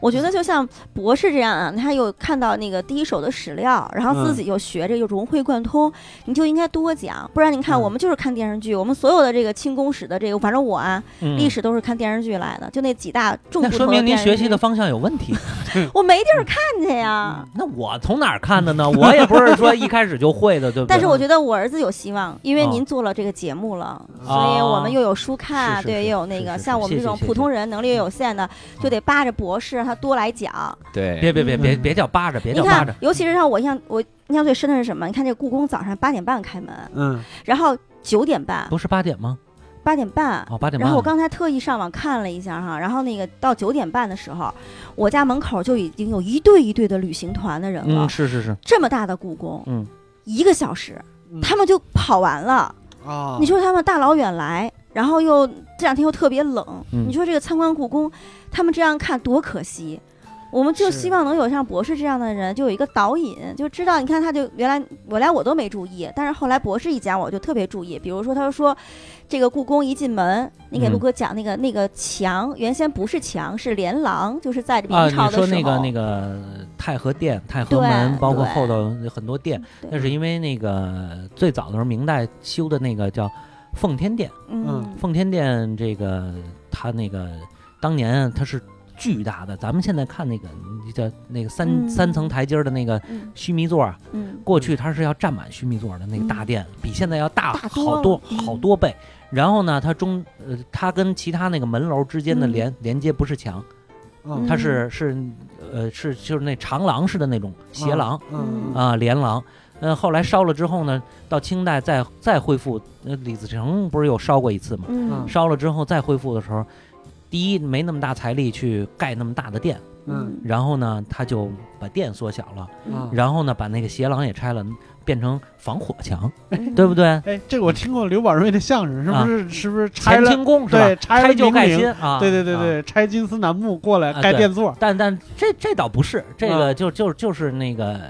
我觉得就像博士这样啊，他有看到那个第一手的史料，
嗯
然后自己又学这个融会贯通，你就应该多讲，不然你看
嗯
我们就是看电视剧，我们所有的这个清宫史的这个，反正我啊，
嗯
历史都是看电视剧来的，就那几大重
那
头
说明您学习的，嗯方向有问题。
我没地儿看去呀。
那我从哪儿看的呢？我也不是说一开始就会的，对不对？啊
但是我觉得我儿子有希望，因为
哦
您做了这个节目了，
啊
所以我们又有书
是
看，
是
对，
是
也有那
是
个
是
像我们这
谢谢
种
谢
普
谢嗯
通人能力又有限的，就得扒着博士让他多来讲。
对，
别别别别别叫扒着，别
你
叫扒
嗯看
着，，
尤其是让我印象我印象最深的是什么？你看这故宫早上八点半开门，
嗯
然后九点半、
不是八点吗？
八点半，
哦，八点半。
然后我刚才特意上网看了一下哈，然后那个到九点半的时候，我家门口就已经有一队一队的旅行团的人了。
嗯，是是是，
这么大的故宫，
嗯，
一个小时
嗯
他们就跑完了。
嗯
啊
你说他们大老远来，然后又这两天又特别冷，
嗯
你说这个参观故宫，他们这样看多可惜。我们就是希望能有像博士这样的人，就有一个导引，就知道。你看，他就原来我来我都没注意，但是后来博士一讲，我就特别注意。比如说，他说这个故宫一进门，你给
嗯
陆哥讲那个、那个墙，原先不是墙，是连廊，就是在明
啊，
朝
你
的时候。
说那个那个太和殿、太和
对
门，包括
对
后头有很多殿，
对
那是因为那个最早的时候明代修的那个叫奉天殿，
嗯，
奉天殿这个它那个当年它是巨大的，咱们现在看那个叫那个三、
嗯
三层台阶儿的那个
嗯
须弥座啊，
嗯
过去它是要占满须弥座的那个大殿，比现在要大
大多
好多
了嗯
好多倍。然后呢，它中呃，它跟其他那个门楼之间的
嗯
连、连接不是墙，
嗯
它是是呃是就是那长廊式的那种斜廊
嗯
嗯
啊、连廊。呃，后来烧了之后呢，到清代再再恢复，呃，李自成不是有烧过一次吗？
嗯
烧了之后再恢复的时候，第一没那么大财力去盖那么大的殿，
嗯
然后呢，他就把殿缩小了，
啊
然后呢，把那个斜廊也拆了，变成防火墙，
嗯
对不对？
哎，这个我听过刘宝瑞的相声，是
啊
不是？是不是拆
乾
了？
清宫是吧
对，？拆了
拆旧盖
明
新
陵。
啊！
对对对
啊
对，拆金丝楠木过来
啊
盖
对
电座。
但但这这倒不是，这
啊
个就就就是那个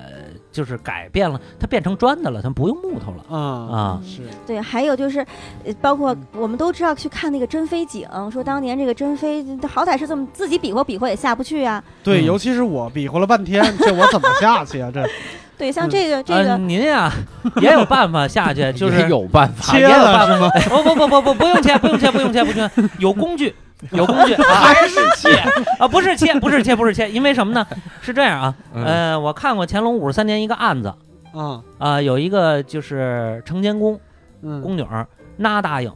就是改变了，它变成砖的了，它不用木头了
啊
啊。
是
嗯对，还有就是，呃包括我们都知道去看那个珍妃井，说当年这个珍妃好歹是这么自己比划比划也下不去啊。
对，
嗯
尤其是我比划了半天，这我怎么下去啊？这
对，像这个、这
呃
个，
您呀也有办法 下去，就是
也有办法。
啊也
切
有
了是
办
吗？
法，不不不不不不用切，不用切，不用切，不用切，有工具。有工具还是切啊？不是切，不是切，不是切，因为什么呢？是这样啊，呃，我看过乾隆五十三年一个案子
啊
啊，有一个就是承乾宫
嗯
宫女儿那答应，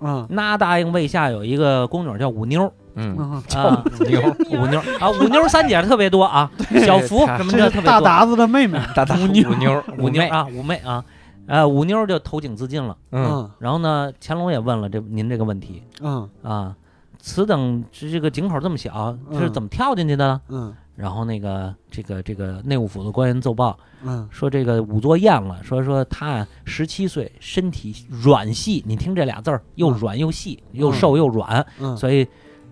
嗯
那答应卫下有一个宫女儿叫五妞儿，
嗯，
嗯，
啊，
五妞儿
五妞儿啊，五妞儿三姐特别多啊，小福
她
什么
这
的
是
特别
大
多，
达子的妹妹。
大大
五妞
五妞儿
五妞
妹
儿，啊，五妹啊，呃，五妞儿就投井自尽了。
嗯，
嗯
然后呢，乾隆也问了这您这个问题
嗯
啊，此等这这个井口这么小，
嗯
是怎么跳进去的呢？
嗯
然后那个这个这个内务府的官员奏报
嗯
说，这个仵作验了，说说他十七岁，身体软细，你听这俩字儿，又
嗯
软又细，又
嗯
瘦又软，
嗯
所以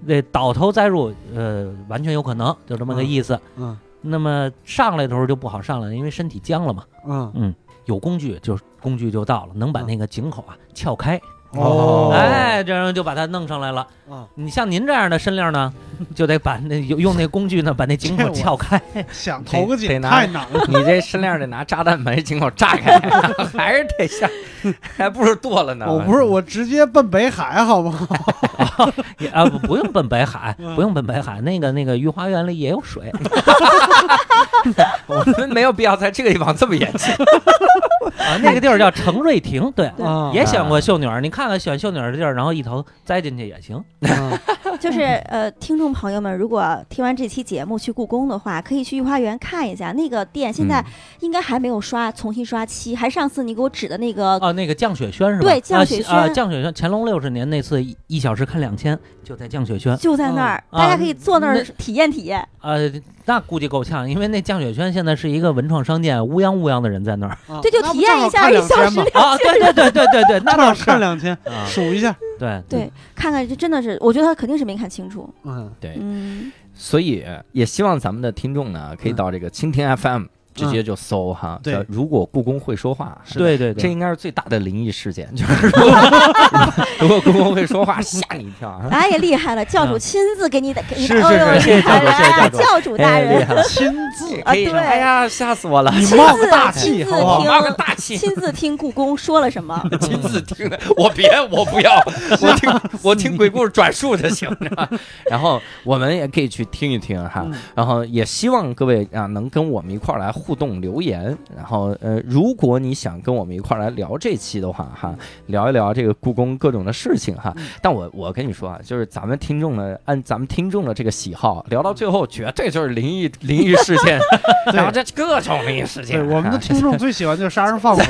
那倒头栽入，呃，完全有可能，就这么个
嗯
意思。
嗯
那么上来的时候就不好上来，因为身体僵了嘛。
嗯
有工具就工具就到了，能把那个井口啊撬开，
哦
哎，这样就把它弄上来了。
啊，
你像您这样的身量呢，就得把那用用那工具呢把那井口撬开。
想投个
得
井
拿
太难了。
你这身量得拿炸弹把这井口炸开， 还是得下，还不如剁了呢。
我不是，我直接奔北海，好不好？
也啊，不不用奔北海，
嗯
不用奔北海，那个那个御花园里也有水。
我们没有必要在这个地方这么严谨。
啊，那个地儿叫程瑞亭，对。
对
啊
也选过秀女儿，你看看选秀女儿的地儿，然后一头栽进去也行。
嗯
哎
就是呃，听众朋友们，如果听完这期节目去故宫的话，可以去御花园看一下那个殿，现
嗯
在应该还没有刷，重新刷漆，还上次你给我指的那个，
哦，那个降雪轩是吧？
对降雪轩
啊，降雪轩，乾隆六十年那次一一小时看两千，就在降雪轩。
就在那儿，
啊
大家可以坐那
那
儿体验体验。
呃，那估计够呛，因为那降雪轩现在是一个文创商店，乌泱乌泱的人在那儿。
啊
这就体验一下
那
一
不正好
小
看两千
时
吗？
啊，对对对对对对，那
正好
倒是
看两千，
啊，
数一下。
对
对，看看这真的是，我觉得他肯定是没看清楚。
嗯
哎
对
嗯，
所以也希望咱们的听众呢，可以到这个蜻蜓 FM 直接就搜哈。
对
叫如果故宫会说话，
是
对对
这
对，
应该嗯是最大的灵异事 件，就是如果如果故宫会说话， 吓你一跳啊！
哎呀，厉害了，教主亲自给你打，给你打，
是是
哎呦
是谢谢
厉害了哎呀
教主谢谢教
教主
主
大
哎厉
人
害了，
亲自
这
啊
可以
对
说哎呀，吓死我了！
你
亲
冒个
自
大
亲
气
自
好不好
听？
冒个大气，
亲自听故宫说了什么。
亲自听的， 我别，我不 要，我听我听鬼故事转述就行了。然后我们也可以去听一听哈，
嗯
然后也希望各位啊能跟我们一块儿来互动留言。然后呃，如果你想跟我们一块儿来聊这期的话
嗯
哈，聊一聊这个故宫各种的事情哈。但我我跟你说啊，就是咱们听众呢，按咱们听众的这个喜好，聊到最后绝对就是灵异灵异事 件，然后这各种灵异事件
对，
哈。
我们的听众最喜欢就是杀人放火、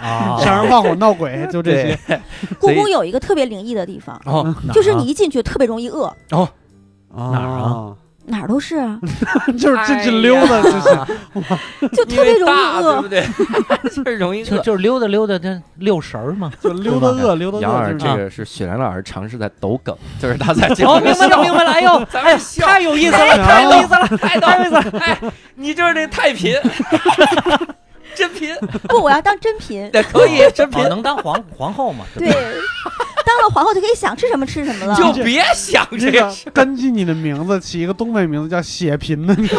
啊
杀人放火闹鬼，就这些。
故
所
宫
以
有一个特别灵异的地方，
哦
哪儿啊
就是你一进去特别容易饿，
哦，
哪
哪儿啊？
哪儿都是啊，
就是进去溜达就行。
哎呀
就特别
因为
容易
大对
饿
不。对？ 就是容易
就
饿。
就是溜达溜达，这遛神儿嘛。
就溜达饿，溜达
杨
饿
二，
就是啊
这个是雪兰老师尝试在抖梗，就是他 在这
哦，明白了， 明白了。哎呦，哎呦，太有意思了， 太有意思了，
太逗了！哎，你就是那太贫， 真贫，
不，我要当真品。
对，可以真贫
哦，，能当皇皇后嘛？
对，当了皇后就可以想吃什么吃什么了。
就别想
这
这
个
个
根据你的名字起一个东北名字叫血贫的，你说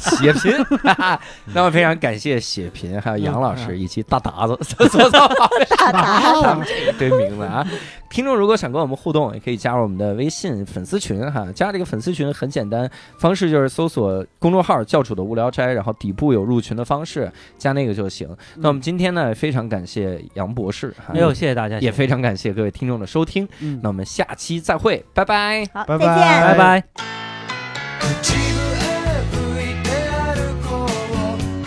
血贫。那么非常感谢血贫还有杨老师以及大达子 做到
大达
啊
这堆名字啊。听众如果想跟我们互动，也可以加入我们的微信粉丝群哈。加这个粉丝群很简单，方式就是搜索公众号“教主的无聊斋”，然后底部有入群的方式，加那个就行。 那我们今天呢，非常感谢杨博士，哈
哎呦，谢谢大家，
也非常感谢各位听众的收听。
嗯
那我们下期再会，拜拜。
好，
拜
再见。
拜拜。
口笛笛で歩こう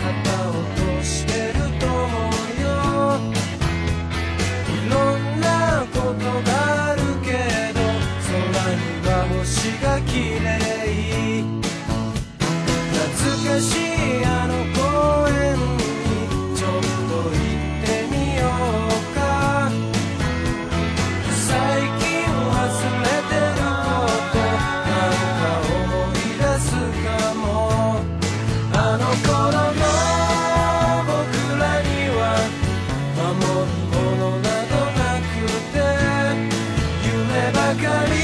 「旗をとしてると思うよ」「いろんなことがあるけど空には星がきれい」「懐かしいあの公園にちょっと行ってみようか」最近忘れてることなんか思い出すかもあの頃の僕らには守るものなどなくて夢ばかり